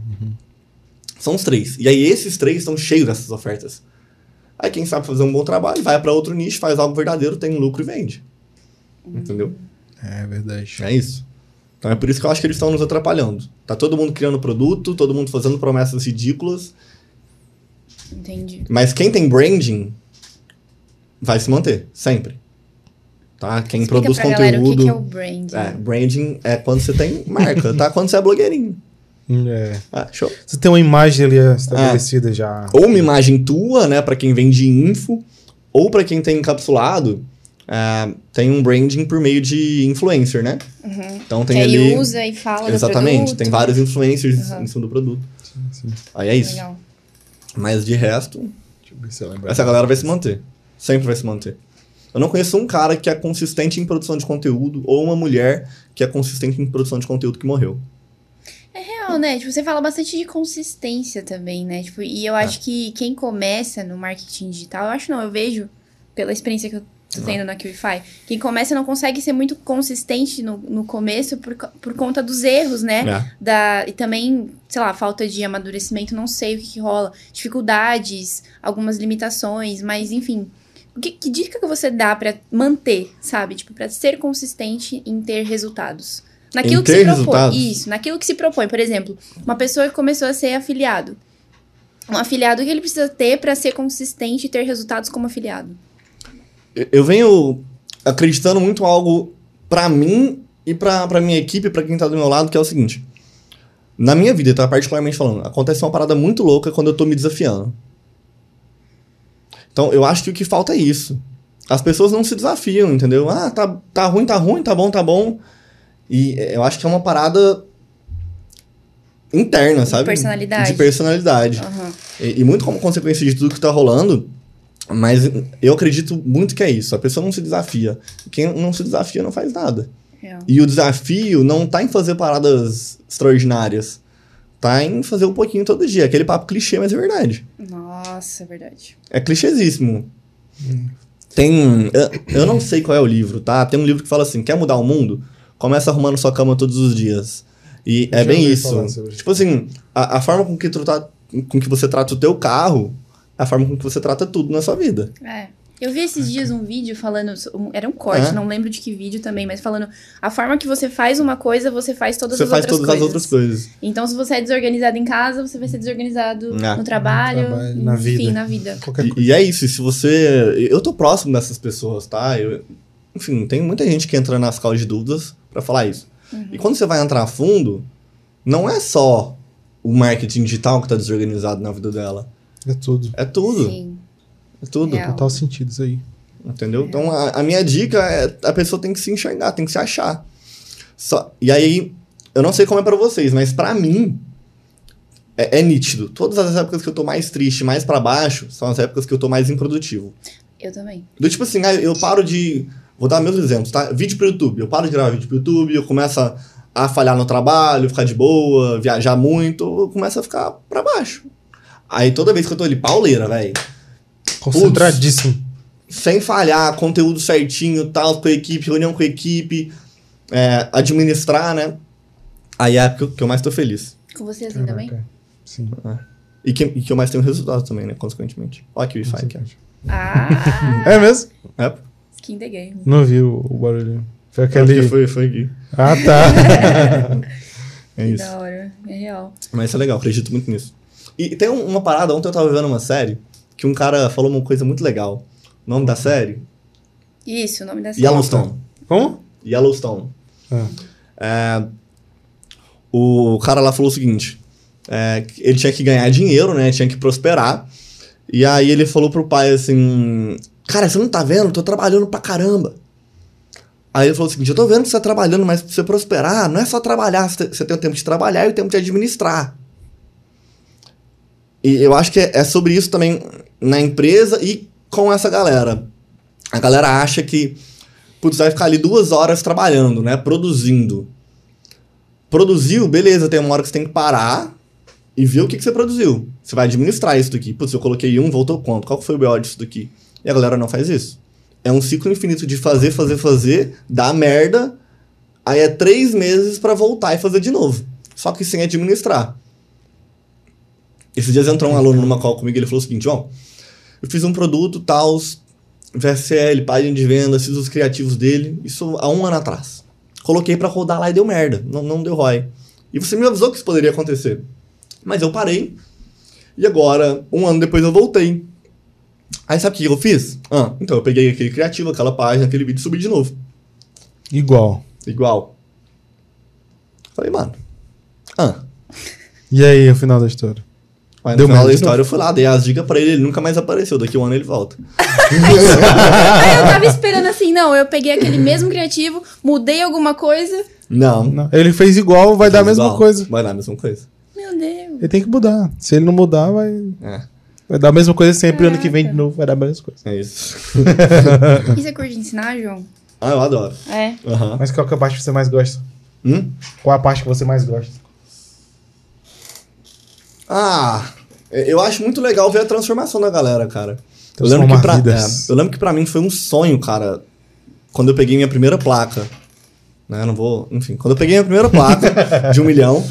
S1: São os três. E aí esses três estão cheios dessas ofertas. Aí quem sabe fazer um bom trabalho, vai para outro nicho, faz algo verdadeiro, tem um lucro e vende. Entendeu?
S2: É verdade.
S1: É isso. Então é por isso que eu acho que eles estão nos atrapalhando. Tá todo mundo criando produto, todo mundo fazendo promessas ridículas,
S3: Entendi.
S1: mas quem tem branding vai se manter sempre. Tá? Quem
S3: Explica
S1: produz
S3: pra galera o que
S1: conteúdo.
S3: que é o brand.
S1: É, branding é quando você tem marca, tá? Quando você é blogueirinho.
S2: É.
S1: Ah, show.
S2: Você tem uma imagem ali estabelecida já.
S1: Ou uma imagem tua, né, Pra quem vende info, ou pra quem tem encapsulado, ah, tem um branding por meio de influencer, né? Então tem
S3: Uhum. que aí
S1: ali
S3: usa e fala do
S1: Exatamente, tem
S3: produto.
S1: vários influencers
S3: Uhum.
S1: em cima do produto.
S2: sim.
S1: Aí é isso.
S3: Legal.
S1: Mas de resto,
S2: Deixa eu ver se eu lembro.
S1: essa galera vai se manter. Sempre vai se manter. Eu não conheço um cara que é consistente em produção de conteúdo ou uma mulher que é consistente em produção de conteúdo que morreu.
S3: Real, né? Tipo, você fala bastante de consistência também, né? Tipo, e eu acho que quem começa no marketing digital, eu acho não, eu vejo pela experiência que eu tô tendo na QIFI, quem começa não consegue ser muito consistente no, no começo por, co- por conta dos erros, né?
S1: É.
S3: da e também, sei lá, falta de amadurecimento, não sei o que, que rola, dificuldades, algumas limitações, mas enfim. O que, que dica que você dá pra manter, sabe? Tipo, para ser consistente em ter resultados. Naquilo
S1: Em
S3: que
S1: ter
S3: se propõe.
S1: resultados?
S3: Isso, naquilo que se propõe. Por exemplo, uma pessoa que começou a ser afiliado. Um afiliado, o que ele precisa ter pra ser consistente e ter resultados como afiliado?
S1: Eu- Eu venho acreditando muito em algo pra mim e pra pra minha equipe, pra quem tá do meu lado, que é o seguinte. Na minha vida, tá particularmente falando, acontece uma parada muito louca quando eu tô me desafiando. Então, eu acho que o que falta é isso. As pessoas não se desafiam, entendeu? Ah, tá, tá ruim, tá ruim, tá bom, tá bom. E eh, eu acho que é uma parada interna, sabe?
S3: personalidade.
S1: De personalidade.
S3: Aham.
S1: E, e muito como consequência de tudo que tá rolando, mas eu acredito muito que é isso. A pessoa não se desafia. Quem não se desafia não faz nada.
S3: real.
S1: E o desafio não tá em fazer paradas extraordinárias. Tá em fazer um pouquinho todo dia. Aquele papo clichê, mas é verdade.
S3: Nossa, verdade.
S1: É clichêsíssimo. Tem. eu- Eu não sei qual é o livro, tá? Tem um livro que fala assim: quer mudar o mundo? Começa arrumando sua cama todos os dias. E
S2: Eu é.
S1: é
S2: já
S1: bem
S2: ouvi
S1: isso.
S2: falar sobre isso.
S1: Tipo assim, a, a assim, forma com que tu tá com que você trata o teu carro é a forma com que você trata tudo na sua vida.
S3: É. Eu vi esses dias um vídeo falando, um- era um corte,
S1: É.
S3: não lembro de que vídeo também, mas falando a forma que você faz uma coisa, você faz todas
S1: você
S3: as
S1: faz
S3: outras
S1: todas
S3: coisas.
S1: as outras coisas.
S3: Então, se você é desorganizado em casa, você vai ser desorganizado
S1: É.
S3: no trabalho,
S2: trabalho, na
S3: enfim,
S2: vida.
S3: na vida.
S2: Qualquer
S1: E, e é isso, e se você. Eu tô próximo dessas pessoas, tá? Eu, enfim, tem muita gente que entra nas calls de dúvidas pra falar isso.
S3: Uhum.
S1: E quando você vai entrar a fundo, não é só o marketing digital que tá desorganizado na vida dela.
S2: É tudo.
S1: É tudo.
S3: Sim.
S1: É tudo.
S3: Real.
S2: Total sentido isso aí.
S1: Entendeu? Então a, a minha dica é a pessoa tem que se enxergar, tem que se achar. Só, e aí, eu não sei como é pra vocês, mas pra mim é, é nítido. Todas as épocas que eu tô mais triste, mais pra baixo, são as épocas que eu tô mais improdutivo.
S3: Eu também.
S1: Do tipo assim, ah, eu paro de. Vou dar meus exemplos, tá? Vídeo pro YouTube. Eu paro de gravar vídeo pro YouTube, eu começo a, a falhar no trabalho, ficar de boa, viajar muito, eu começo a ficar pra baixo. Aí toda vez que eu tô ali, pauleira, velho
S2: Concentradíssimo.
S1: sem falhar, conteúdo certinho, tal, com a equipe, reunião com a equipe, é, administrar, né? Aí é a época que eu mais tô feliz.
S3: Com você assim também?
S2: Caraca. É, Sim.
S1: é E que, e que eu mais tenho resultado também, né? Consequentemente. Olha que é? Wi-Fi aqui. ó.
S3: Ah,
S2: É mesmo?
S1: É,
S3: skin the game.
S2: Não vi o, o barulhinho. Foi
S1: acho que
S2: aquele.
S1: foi, foi aqui.
S2: Ah, tá.
S1: É
S3: que
S1: isso.
S3: da hora, é real.
S1: Mas isso é legal, acredito muito nisso. E tem um- uma parada, ontem eu tava vendo uma série que um cara falou uma coisa muito legal. O nome da série?
S3: Isso, o nome da série.
S1: Yellowstone.
S2: Como?
S1: Yellowstone.
S2: Ah,
S1: o cara lá falou o seguinte: é, que ele tinha que ganhar dinheiro, né? Tinha que prosperar. E aí ele falou pro pai assim: Cara, você não tá vendo? Eu Tô trabalhando pra caramba. Aí ele falou o seguinte: Eu tô vendo que você tá trabalhando, mas pra você prosperar, não é só trabalhar. Você tem- você tem o tempo de trabalhar e o tempo de administrar. E eu acho que é, é sobre isso também na empresa e com essa galera. A galera acha que, putz, vai ficar ali duas horas trabalhando, né? Produzindo produziu, beleza, tem uma hora que você tem que parar e ver o que, que você produziu. Você vai administrar isso daqui. Putz, eu coloquei um, voltou quanto? Qual que foi o BO disso daqui? E a galera não faz isso. É um ciclo infinito de fazer, fazer, fazer, dar merda, aí é três meses pra voltar e fazer de novo. Só que sem administrar. Esses dias entrou um aluno numa call comigo e ele falou o seguinte, ó, eu fiz um produto, tals, VSL, página de venda, fiz os criativos dele, isso há um ano atrás. Coloquei pra rodar lá e deu merda. Não, não deu ROI. E você me avisou que isso poderia acontecer. Mas eu parei. E agora, um ano depois, eu voltei. Aí sabe o que eu fiz? Ah, então eu peguei aquele criativo, aquela página, aquele vídeo e subi de novo.
S2: Igual.
S1: Igual. Falei, mano. Ah.
S2: E aí, o final da história?
S1: Mas no
S2: Deu
S1: final
S2: merda
S1: da
S2: de
S1: história eu fui lá, dei as dicas pra ele, ele nunca mais apareceu. Daqui um ano ele volta.
S3: Ah, eu tava esperando assim, não, eu peguei aquele mesmo criativo, mudei alguma coisa.
S1: Não.
S2: Não, Ele fez igual, vai dar a mesma
S1: Igual.
S2: coisa.
S1: Vai dar a mesma coisa.
S3: Meu Deus.
S2: Ele tem que mudar. Se ele não mudar, vai,
S1: É,
S2: vai dar a mesma coisa sempre. Ano que vem de
S3: Caraca.
S2: novo, vai dar a mesma coisa.
S1: é isso.
S3: E você curte é ensinar, João?
S1: ah, eu adoro.
S3: É.
S1: Aham.
S2: Mas qual que é a parte que você mais gosta?
S1: Hum?
S2: Qual a parte que você mais gosta?
S1: Ah, eu acho muito legal ver a transformação da galera, cara. Eu
S2: Transformar
S1: lembro, que pra,
S2: vidas.
S1: é, eu lembro que pra mim foi um sonho, cara, quando eu peguei minha primeira placa. Né, não vou. Enfim, quando eu peguei minha primeira placa de um milhão,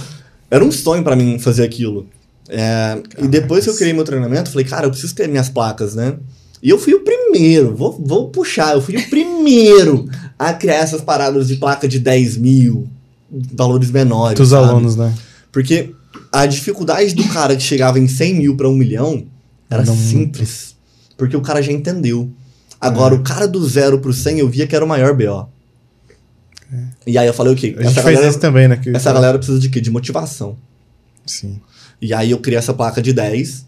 S1: era um sonho pra mim fazer aquilo. É, e depois que eu criei meu treinamento, eu falei, cara, eu preciso ter minhas placas, né? E eu fui o primeiro, vou, vou puxar, eu fui o primeiro a criar essas paradas de placa de 10 mil, valores menores.
S2: Dos
S1: sabe?
S2: alunos, né?
S1: Porque a dificuldade do cara que chegava em 100 mil pra 1 milhão era
S2: Não.
S1: simples. Porque o cara já entendeu.
S2: É.
S1: Agora, o cara do zero pro 100 eu via que era o maior B.O. E aí eu falei o quê?
S2: É. A gente
S1: Essa
S2: fez
S1: galera,
S2: isso também, né? que-
S1: essa galera precisa de quê? De motivação.
S2: Sim.
S1: E aí eu criei essa placa de 10.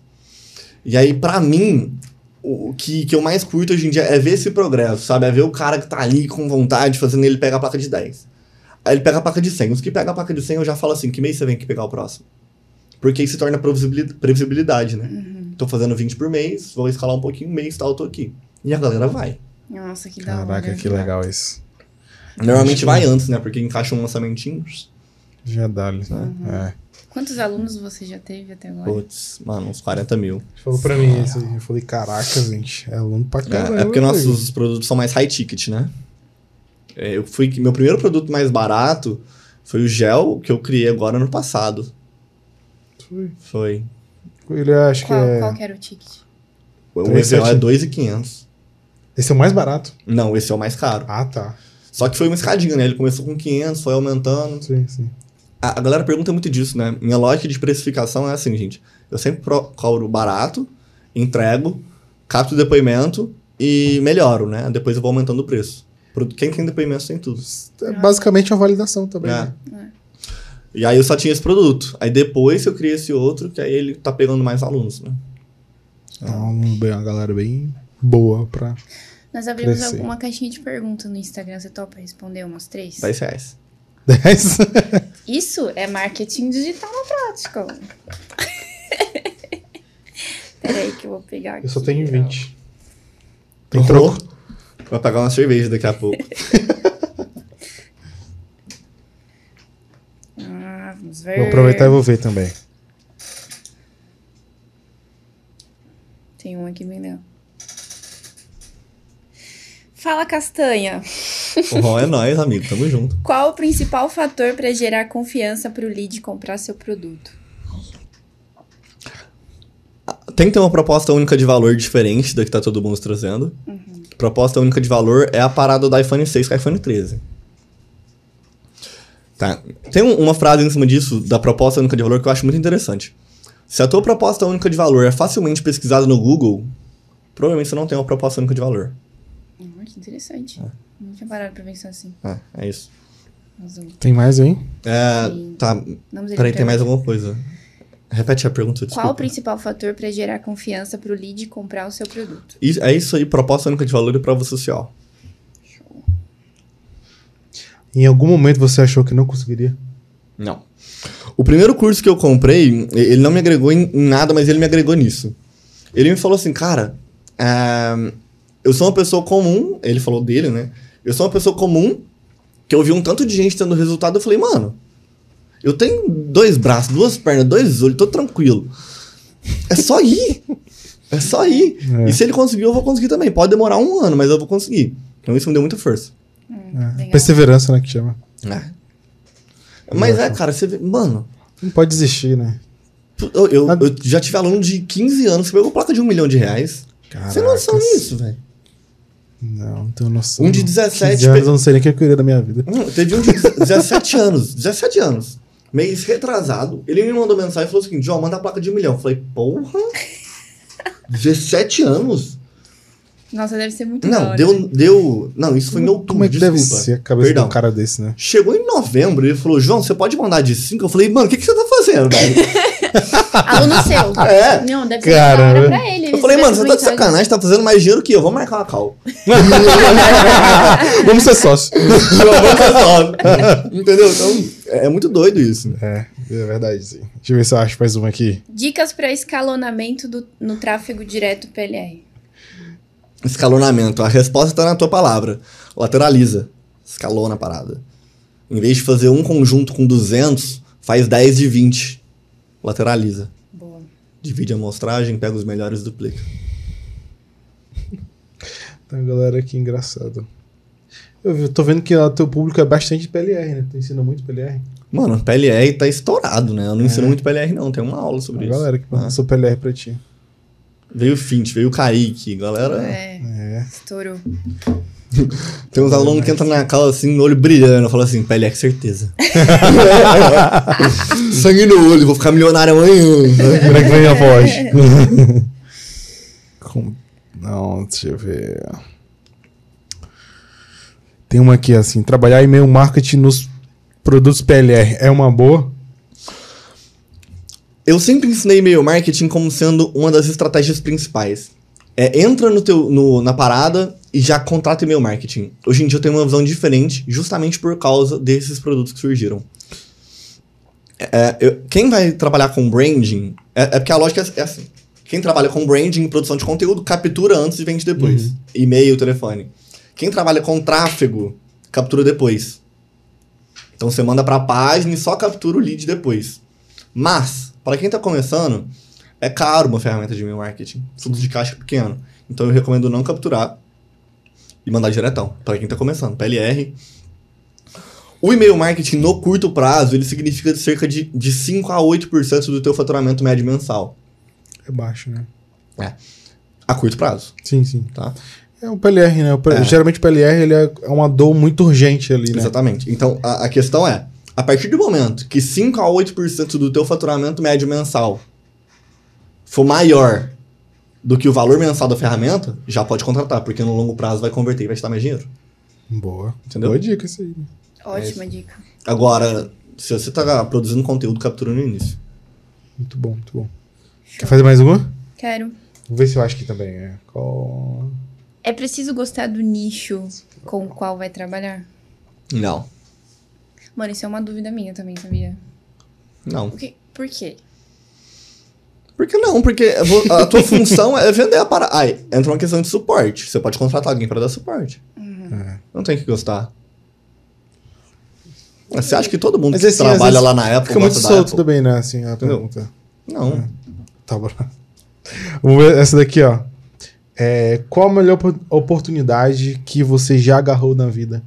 S1: E aí, pra mim, o que, que eu mais curto hoje em dia é ver esse progresso, sabe? É ver o cara que tá ali com vontade, fazendo ele pegar a placa de 10. Aí ele pega a placa de 100. Os que pegam a placa de 100, eu já falo assim, que mês você vem aqui pegar o próximo? Porque aí se torna previsibilidade, previsibilidade né? Tô fazendo 20 por mês, vou escalar um pouquinho, mês, tal, tô aqui. E a galera vai.
S3: Nossa, que da
S2: Caraca,
S3: hora.
S2: que
S1: é
S2: legal isso.
S1: Normalmente
S2: Acho
S1: vai antes, né? Porque encaixa um lançamentinho.
S2: Já dá, né?
S1: Uhum.
S2: É.
S3: Quantos alunos você já teve até agora?
S1: Putz, mano, uns 40 mil.
S2: Falou pra mim isso aí. Eu falei, caraca, gente, é aluno pra caramba.
S1: É, é porque
S2: velho."
S1: nossos produtos são mais high ticket, né? É, eu fui, meu primeiro produto mais barato foi o gel que eu criei agora no passado.
S2: Foi.
S1: Foi.
S2: Ele acho
S3: Qual,
S2: que é.
S3: qual que era o ticket?
S1: O
S2: Três,
S1: EVO é
S2: sete.
S1: 2,500.
S2: Esse é o mais barato.
S1: Não, esse é o mais caro.
S2: Ah, tá.
S1: Só que foi uma escadinha, né? Ele começou com 500, foi aumentando.
S2: Sim, sim.
S1: A, a galera pergunta muito disso, né? Minha lógica de precificação é assim, gente. Eu sempre procuro barato, entrego, capto o depoimento e melhoro, né? Depois eu vou aumentando o preço. Pro- Quem tem depoimento tem tudo.
S2: É basicamente uma validação também.
S1: É.
S2: né?
S1: E aí eu só tinha esse produto. Aí depois eu criei esse outro, que aí ele tá pegando mais alunos, né?
S2: Então, um- bem, uma galera bem boa pra.
S3: Nós abrimos
S2: Crescer.
S3: uma caixinha de perguntas no Instagram. Você topa responder umas três?
S1: 10 reais.
S2: 10.
S3: Isso é marketing digital na prática. Peraí que eu vou pegar aqui.
S2: Eu só tenho
S3: ó.
S2: 20. Tem troco?
S1: Vai pagar uma cerveja daqui a pouco.
S3: Ah, vamos ver.
S2: Vou aproveitar e vou ver também.
S3: Tem um aqui bem legal. Fala, Castanha.
S1: o Ron é nóis, amigo. Tamo junto.
S3: Qual o principal fator para gerar confiança para o lead comprar seu produto?
S1: Tem que ter uma proposta única de valor diferente da que tá todo mundo trazendo. Proposta única de valor é a parada do iPhone 6 com o iPhone 13. Tá. Tem um- uma frase em cima disso, da proposta única de valor, que eu acho muito interessante. Se a tua proposta única de valor é facilmente pesquisada no Google, provavelmente você não tem uma proposta única de valor.
S3: Hum, que interessante.
S2: Ah.
S3: Não tinha parado para pensar assim.
S1: É, é isso.
S3: Azul.
S2: Tem mais, hein?
S1: É,
S3: Sim.
S1: tá.
S3: Vamos ele
S1: Peraí, tem
S3: pergunta.
S1: mais alguma coisa. Repete a pergunta, desculpa.
S3: Qual o principal fator para gerar confiança para o lead comprar o seu produto?
S1: Isso- É isso aí, proposta única de valor é e prova social.
S2: Em algum momento você achou que não conseguiria?
S1: Não. O primeiro curso que eu comprei, e- ele não me agregou em em nada, mas ele me agregou nisso. Ele me falou assim, cara, ah, eu sou uma pessoa comum, ele falou dele, né? Eu sou uma pessoa comum, que eu vi um tanto de gente tendo resultado, eu falei, mano, eu tenho dois braços, duas pernas, dois olhos, tô tranquilo. É só ir. é só ir.
S2: É.
S1: E se ele conseguir, eu vou conseguir também. Pode demorar um ano, mas eu vou conseguir. Então isso me deu muita força.
S2: É.
S3: Legal.
S2: Perseverança, né? Que chama.
S1: Mas é,
S2: Engraçado.
S1: cara, você vê. Mano,
S2: Não pode desistir, né?
S1: eu, eu-
S2: Ah.
S1: eu já tive aluno de 15 anos que pegou placa de um milhão de reais. Você tem noção
S2: Caracas.
S1: disso, velho?
S2: Não, não tenho noção.
S1: Um de 17
S2: 15 anos,
S1: pe-
S2: eu não sei nem o que eu queria da minha vida.
S1: Não, Teve um de 17 anos. 17 anos. Mês retrasado. Ele me mandou mensagem e falou o seguinte: João, manda a placa de um milhão. Eu falei, porra? 17 anos?
S3: Nossa, deve ser muito da
S1: Não,
S3: hora, né?
S1: deu, um deu. Não, isso foi em outubro.
S2: Como é que
S1: desculpa.
S2: deve ser a cabeça
S1: Perdão.
S2: de um cara desse, né?
S1: Chegou em novembro, ele falou, João, você pode mandar de 5? Eu falei, mano, o que, que você tá fazendo, velho?
S3: Aluno seu.
S1: É.
S3: Não, deve ser
S2: Cara,
S3: da hora
S2: eu-
S3: pra ele.
S1: Eu
S3: ele
S1: falei, mano,
S3: escreve
S1: você tá de
S3: mensagem.
S1: sacanagem, tá fazendo mais dinheiro que eu. Vamos marcar uma call.
S2: Vamos ser sócios.
S1: Entendeu? Então, é é muito doido isso.
S2: É, é verdade, sim. Deixa eu ver se eu acho mais uma aqui.
S3: Dicas para escalonamento do- no tráfego direto PLR.
S1: Escalonamento. A resposta tá na tua palavra. Lateraliza. Escalona a parada. Em vez de fazer um conjunto com 200, faz 10 de 20. Lateraliza.
S3: Boa.
S1: Divide a amostragem, pega os melhores e duplica.
S2: Tem uma galera aqui engraçada. Eu vi- tô vendo que o teu público é bastante PLR, né? Tu ensina muito PLR.
S1: Mano, PLR tá estourado, né? Eu não ensino muito PLR, não. Tem uma aula sobre
S2: É. A
S1: isso.
S2: galera que
S1: Ah,
S2: passou PLR pra ti.
S1: Veio o Fint, veio o Kaique. Galera.
S3: É,
S2: É.
S3: estourou.
S1: Tem uns alunos que entram na cala assim, olho brilhando. Eu falo assim, PLR, certeza. Sangue no olho, vou ficar milionário amanhã.
S2: Como é que vem a voz? Com- Não, deixa eu ver. Tem uma aqui assim: trabalhar e-mail marketing nos produtos PLR é uma boa?
S1: Eu sempre ensinei e-mail marketing como sendo uma das estratégias principais. É, entra no teu, no- na parada e já contrata e-mail marketing. Hoje em dia eu tenho uma visão diferente, justamente por causa desses produtos que surgiram. É, eu- quem vai trabalhar com branding, é, é porque a lógica é, é assim. Quem trabalha com branding, produção de conteúdo, captura antes e vende depois. E-mail, telefone. Quem trabalha com tráfego, captura depois. Então você manda pra página e só captura o lead depois. Mas, para quem tá começando, é caro uma ferramenta de e-mail marketing. Fluxo de caixa é pequeno. Então eu recomendo não capturar e mandar diretão. Para quem tá começando, PLR. O e-mail marketing no curto prazo, ele significa cerca de, de 5 a 8% do teu faturamento médio mensal.
S2: é baixo, né?
S1: a curto prazo.
S2: Sim, sim.
S1: Tá.
S2: É o PLR, né? O P-
S1: É.
S2: Geralmente o PLR ele é é uma dor muito urgente ali, né?
S1: Exatamente. Então, a, a questão é, a partir do momento que 5 a 8% do teu faturamento médio mensal for maior do que o valor mensal da ferramenta, já pode contratar, porque no longo prazo vai converter e vai te dar mais dinheiro.
S2: Boa.
S1: Entendeu?
S2: Boa dica É isso aí.
S3: Ótima dica.
S1: Agora, se você tá produzindo conteúdo, captura no início.
S2: Muito bom, muito bom. Quer fazer mais uma?
S3: Quero.
S2: Vou ver se eu acho que também é. Qual...
S3: É preciso gostar do nicho com o qual vai trabalhar?
S1: Não.
S3: Mano, isso é uma dúvida minha também, sabia?
S1: Não.
S3: O que- por quê?
S1: Por que não? Porque vo- a tua função é vender a parada. Ai, entra uma questão de suporte. Você pode contratar alguém pra dar suporte.
S2: É.
S1: Não tem que gostar. Mas Você acha que todo mundo
S2: Mas,
S1: que
S2: assim, às
S1: trabalha
S2: vezes
S1: lá na Apple
S2: Fica muito
S1: gosta da
S2: solto
S1: Apple?
S2: também, né? Assim, a
S1: Entendeu?
S2: pergunta.
S1: Não.
S2: Tá bom. Vamos ver essa daqui, ó. É, qual a melhor opor- oportunidade que você já agarrou na vida?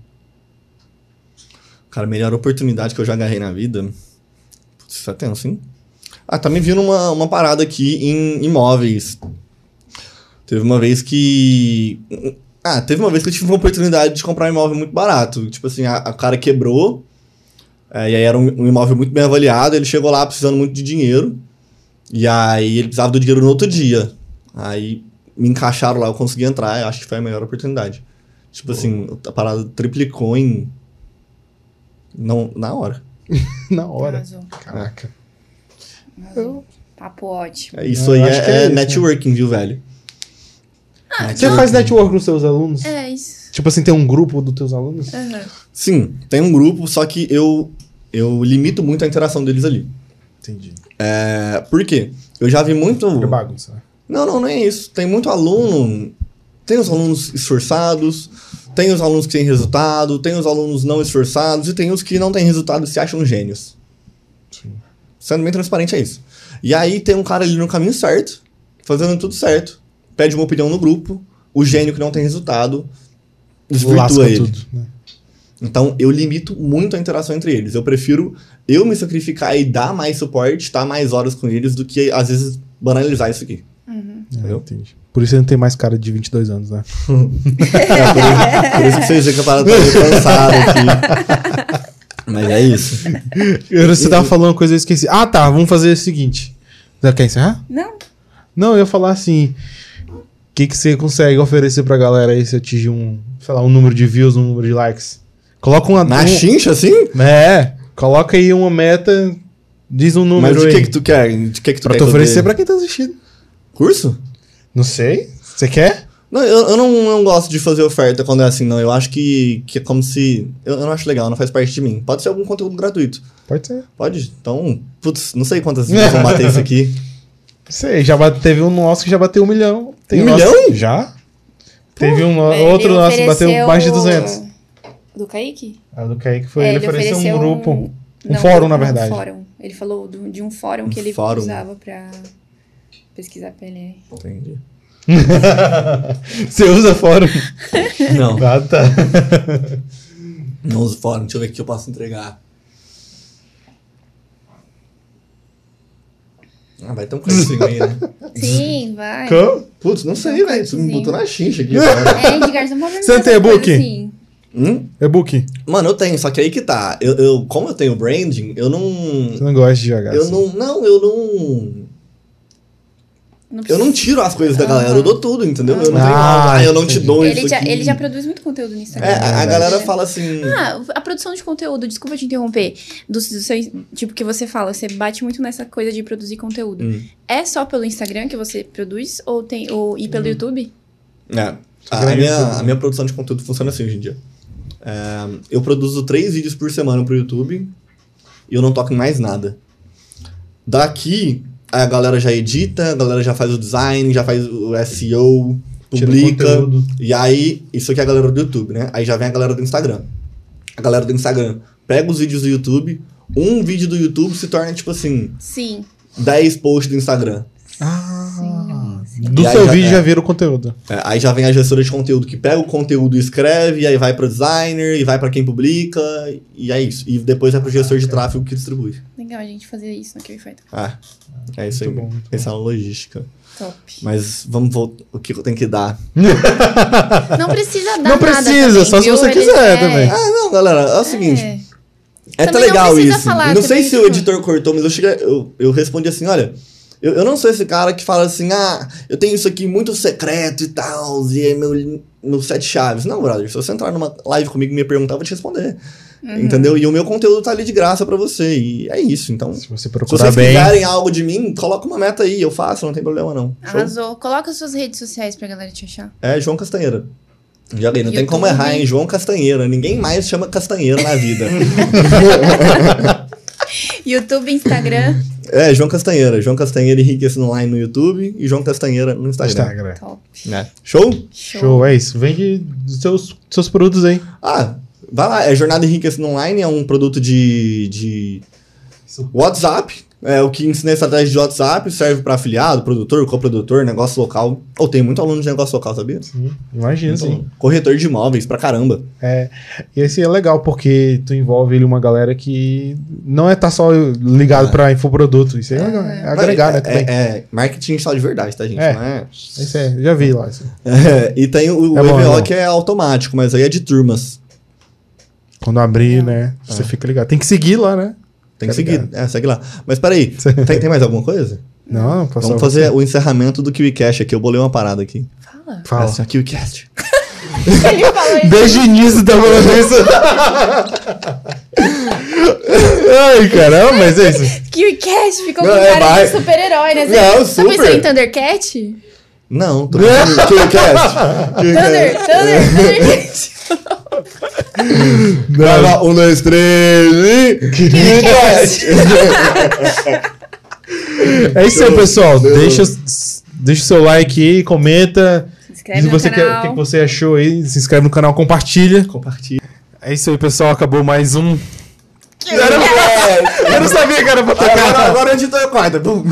S1: Cara, a melhor oportunidade que eu já agarrei na vida. Putz, isso é tenso, hein? Ah, tá me vindo uma, uma parada aqui em imóveis. Teve uma vez que. Ah, teve uma vez que eu tive uma oportunidade de comprar um imóvel muito barato. Tipo assim, a, a cara quebrou. é, e aí era um, um imóvel muito bem avaliado. Ele chegou lá precisando muito de dinheiro. E aí ele precisava do dinheiro no outro dia. Aí me encaixaram lá, eu consegui entrar. Eu acho que foi a melhor oportunidade. Tipo assim, a parada triplicou em não, na hora.
S2: na hora.
S3: Arrasou,
S2: Caraca.
S3: arrasou. Papo ótimo.
S1: É, Isso
S2: Eu
S1: aí
S2: acho que
S1: é,
S2: é
S1: é
S2: isso, né?
S1: networking, viu, velho?
S2: Você faz network com seus alunos?
S3: É isso.
S2: Tipo assim, tem um grupo dos teus alunos?
S3: Aham.
S1: Sim, tem um grupo, só que eu, eu limito muito a interação deles ali.
S2: Entendi.
S1: É, por quê? Eu já vi muito.
S2: É bagunça. né?
S1: Não, não, não é isso. Tem muito aluno. Tem os alunos esforçados, tem os alunos que têm resultado, tem os alunos não esforçados e tem os que não têm resultado e se acham gênios.
S2: Sim.
S1: Sendo bem transparente, é isso. E aí tem um cara ali no caminho certo, fazendo tudo certo, pede uma opinião no grupo, o gênio que não tem resultado desvirtua
S2: Lasca
S1: ele.
S2: tudo. né?
S1: Então eu limito muito a interação entre eles. Eu prefiro eu me sacrificar e dar mais suporte, estar mais horas com eles, do que às vezes banalizar isso aqui.
S2: É,
S1: Entendeu?
S2: entendi. Por isso ele não tem mais cara de 22 anos, né? É.
S1: Por isso que vocês veem que a parada tá meio cansada aqui. Mas é isso.
S2: Eu- Você tava falando uma coisa e eu esqueci. Ah, tá. Vamos fazer o seguinte. Você quer encerrar?
S3: Não,
S2: Não, eu ia falar assim. O que, que você consegue oferecer pra galera aí se atingir um, sei lá, um número de views, um número de likes? Coloca uma.
S1: Na
S2: um-
S1: chincha, assim?
S2: É, coloca aí uma meta, diz um número
S1: Mas o
S2: aí.
S1: que que tu quer? O que que tu
S2: pra
S1: quer
S2: te
S1: que eu
S2: oferecer
S1: dê?
S2: pra quem tá assistindo.
S1: Curso?
S2: Não sei. Você quer?
S1: Não, eu, eu não, não gosto de fazer oferta quando é assim, não. Eu acho que, que é como se... Eu, eu não acho legal, não faz parte de mim. Pode ser algum conteúdo gratuito.
S2: Pode ser.
S1: Pode? Então, putz, não sei quantas vezes vão bater isso aqui.
S2: Sei, já bate- teve um nosso que já bateu um milhão. Tem
S1: Um
S2: nosso-
S1: milhão?
S2: Já? Teve um no-
S3: Ele
S2: outro nosso que
S3: ofereceu
S2: bateu mais de
S3: o-
S2: 200.
S3: Do Kaique?
S2: A do Kaique foi,
S3: É,
S2: ele, ofereceu, um grupo. um
S3: não,
S2: fórum, na
S3: não,
S2: verdade.
S3: Um fórum. Ele falou do- de um fórum
S1: Um
S3: que ele
S1: fórum.
S3: usava pra pesquisar PLR.
S1: Entendi.
S2: Você usa fórum?
S1: Não,
S2: Ah, tá.
S1: não uso fórum. Deixa eu ver o que eu posso entregar. Ah, vai ter um cursinho aí, né?
S3: Sim, vai.
S2: Como?
S1: Putz, não sei, velho. Tu me botou na xincha aqui agora.
S3: É, Edgar, você não pode me
S2: Você
S3: fazer
S2: tem
S3: coisa
S2: e-book?
S3: assim.
S1: Hum?
S2: E-book?
S1: Mano, eu tenho, só que aí que tá. Eu, eu- como eu tenho branding, eu não.
S2: Você não gosta de jogar.
S1: Eu
S2: assim.
S1: não. Não, eu não. Eu
S3: precisa.
S1: não tiro as coisas da galera, eu dou tudo, entendeu? Eu não tenho
S2: Ah,
S1: algo, ah, eu não te
S2: entendi.
S1: dou
S3: Ele
S1: isso.
S3: já,
S1: aqui.
S3: ele já produz muito conteúdo no Instagram.
S1: É, a- a
S2: Verdade.
S1: galera fala assim.
S3: Ah, a produção de conteúdo, desculpa te interromper, do, do seu, tipo, que você fala, você bate muito nessa coisa de produzir conteúdo.
S1: Hum.
S3: É só pelo Instagram que você produz ou tem ou e pelo YouTube?
S1: É. A, a
S2: Grande
S1: minha,
S2: tudo.
S1: a minha produção de conteúdo funciona assim hoje em dia. É, eu produzo três vídeos por semana pro YouTube e eu não toco em mais nada. Daqui, a galera já edita, a galera já faz o design, já faz o SEO,
S2: Tira
S1: publica.
S2: conteúdo.
S1: E aí, isso aqui é a galera do YouTube, né? Aí já vem a galera do Instagram. A galera do Instagram pega os vídeos do YouTube, um vídeo do YouTube se torna, tipo assim,
S3: Sim.
S1: 10 posts do Instagram.
S2: Ah, Do
S1: E aí
S2: seu
S1: já-
S2: vídeo
S1: é.
S2: já vira o conteúdo.
S1: É, aí já vem a gestora de conteúdo que pega o conteúdo e escreve, e aí vai pro designer, e vai pra quem publica, e é isso. E depois vai pro gestor de tráfego que distribui.
S3: Legal a gente fazer isso no Kiwify.
S1: Ah, é isso aí.
S2: Muito bom, muito
S1: Essa é a logística.
S3: Top.
S1: Mas vamos voltar. O que eu tenho que dar?
S3: Não precisa dar
S2: Não precisa,
S3: nada também,
S2: só se
S3: viu?
S2: você
S3: Ele é,
S2: quiser
S3: quer-
S2: também.
S1: Ah, não, galera. É o seguinte.
S3: É.
S1: É tá
S3: Também não
S1: legal
S3: precisa
S1: isso.
S3: falar,
S1: não sei
S3: também,
S1: se o
S3: tipo-
S1: editor cortou, mas eu cheguei, eu, eu respondi assim, olha, eu, eu não sou esse cara que fala assim, ah, eu tenho isso aqui muito secreto e tal, e é meu, meu sete chaves. Não, brother, se você entrar numa live comigo e me perguntar, eu vou te responder. Entendeu? E o meu conteúdo tá ali de graça pra você. E é isso, então. Se
S2: Se você
S1: vocês
S2: procurar bem.
S1: quiserem algo de mim, coloca uma meta aí, eu faço, não tem problema não. Show?
S3: Arrasou. Coloca suas redes sociais pra galera te achar.
S1: É João Castanheira. Já aí, não tem
S3: YouTube.
S1: como errar, hein? João Castanheira. Ninguém mais chama Castanheira na vida.
S3: YouTube, Instagram.
S1: É, João Castanheira. João Castanheira Henrique assim, online no YouTube e João Castanheira no Instagram.
S2: tá Instagram.
S3: Top.
S1: Né? Show?
S3: Show.
S2: Show, é isso. Vende dos seus, seus produtos aí.
S1: Ah, vai lá. É Jornada Henrique assim, online, é um produto de, de WhatsApp. É o que ensina estratégia de WhatsApp, serve para afiliado, produtor, coprodutor, negócio local. Ou tem muito aluno de negócio local, sabia?
S2: Sim, Hum, imagina,
S1: Muito
S2: sim.
S1: aluno. Corretor de imóveis pra caramba.
S2: É, e esse é legal porque tu envolve ele uma galera que não é tá só ligado pra infoproduto. Isso aí é, legal, é agregar, né?
S1: Mas é,
S2: Também.
S1: é, é marketing só de verdade, tá, gente?
S2: É.
S1: Não é...
S2: Isso é, já vi lá. isso.
S1: É, e tem o, o
S2: É bom, é
S1: EVO
S2: bom.
S1: que é automático, mas aí é de turmas.
S2: Quando abrir, né?
S1: É.
S2: Você fica ligado. Tem que seguir lá, né?
S1: Tem que
S2: Tá
S1: seguir. É, segue lá. Mas peraí, tem, tem mais alguma coisa?
S2: Não, não posso
S1: Vamos fazer o encerramento do KiwiCast aqui. Eu bolei uma parada aqui.
S3: Fala.
S1: Fala.
S2: Fala.
S1: Assim, ó, KiwiCast.
S3: Ele falou isso.
S2: Desde o início tá falando isso. Ai, caramba, mas é isso.
S3: Kiwicat ficou com
S1: Não, é
S3: cara
S1: mais.
S3: de super-herói, né? Você-
S1: Não,
S3: Tá
S1: super.
S3: pensando em Thundercat?
S1: Não, tô pensando KiwiCast.
S3: Thunder,
S1: KiwiCast.
S3: Thunder, Thundercat.
S1: Vai lá, um, dois, três e... KiwiCast.
S2: É isso aí, pessoal. Deixa, deixa o seu like aí, comenta.
S3: Se inscreve
S2: Diz
S3: no
S2: você que- o
S3: canal.
S2: que, que você achou aí. Se inscreve no canal, compartilha.
S1: Compartilha.
S2: É isso aí, pessoal. Acabou mais um. Eu não, eu não sabia que era pra tocar.
S1: Agora, agora eu edito a quarta. Bum.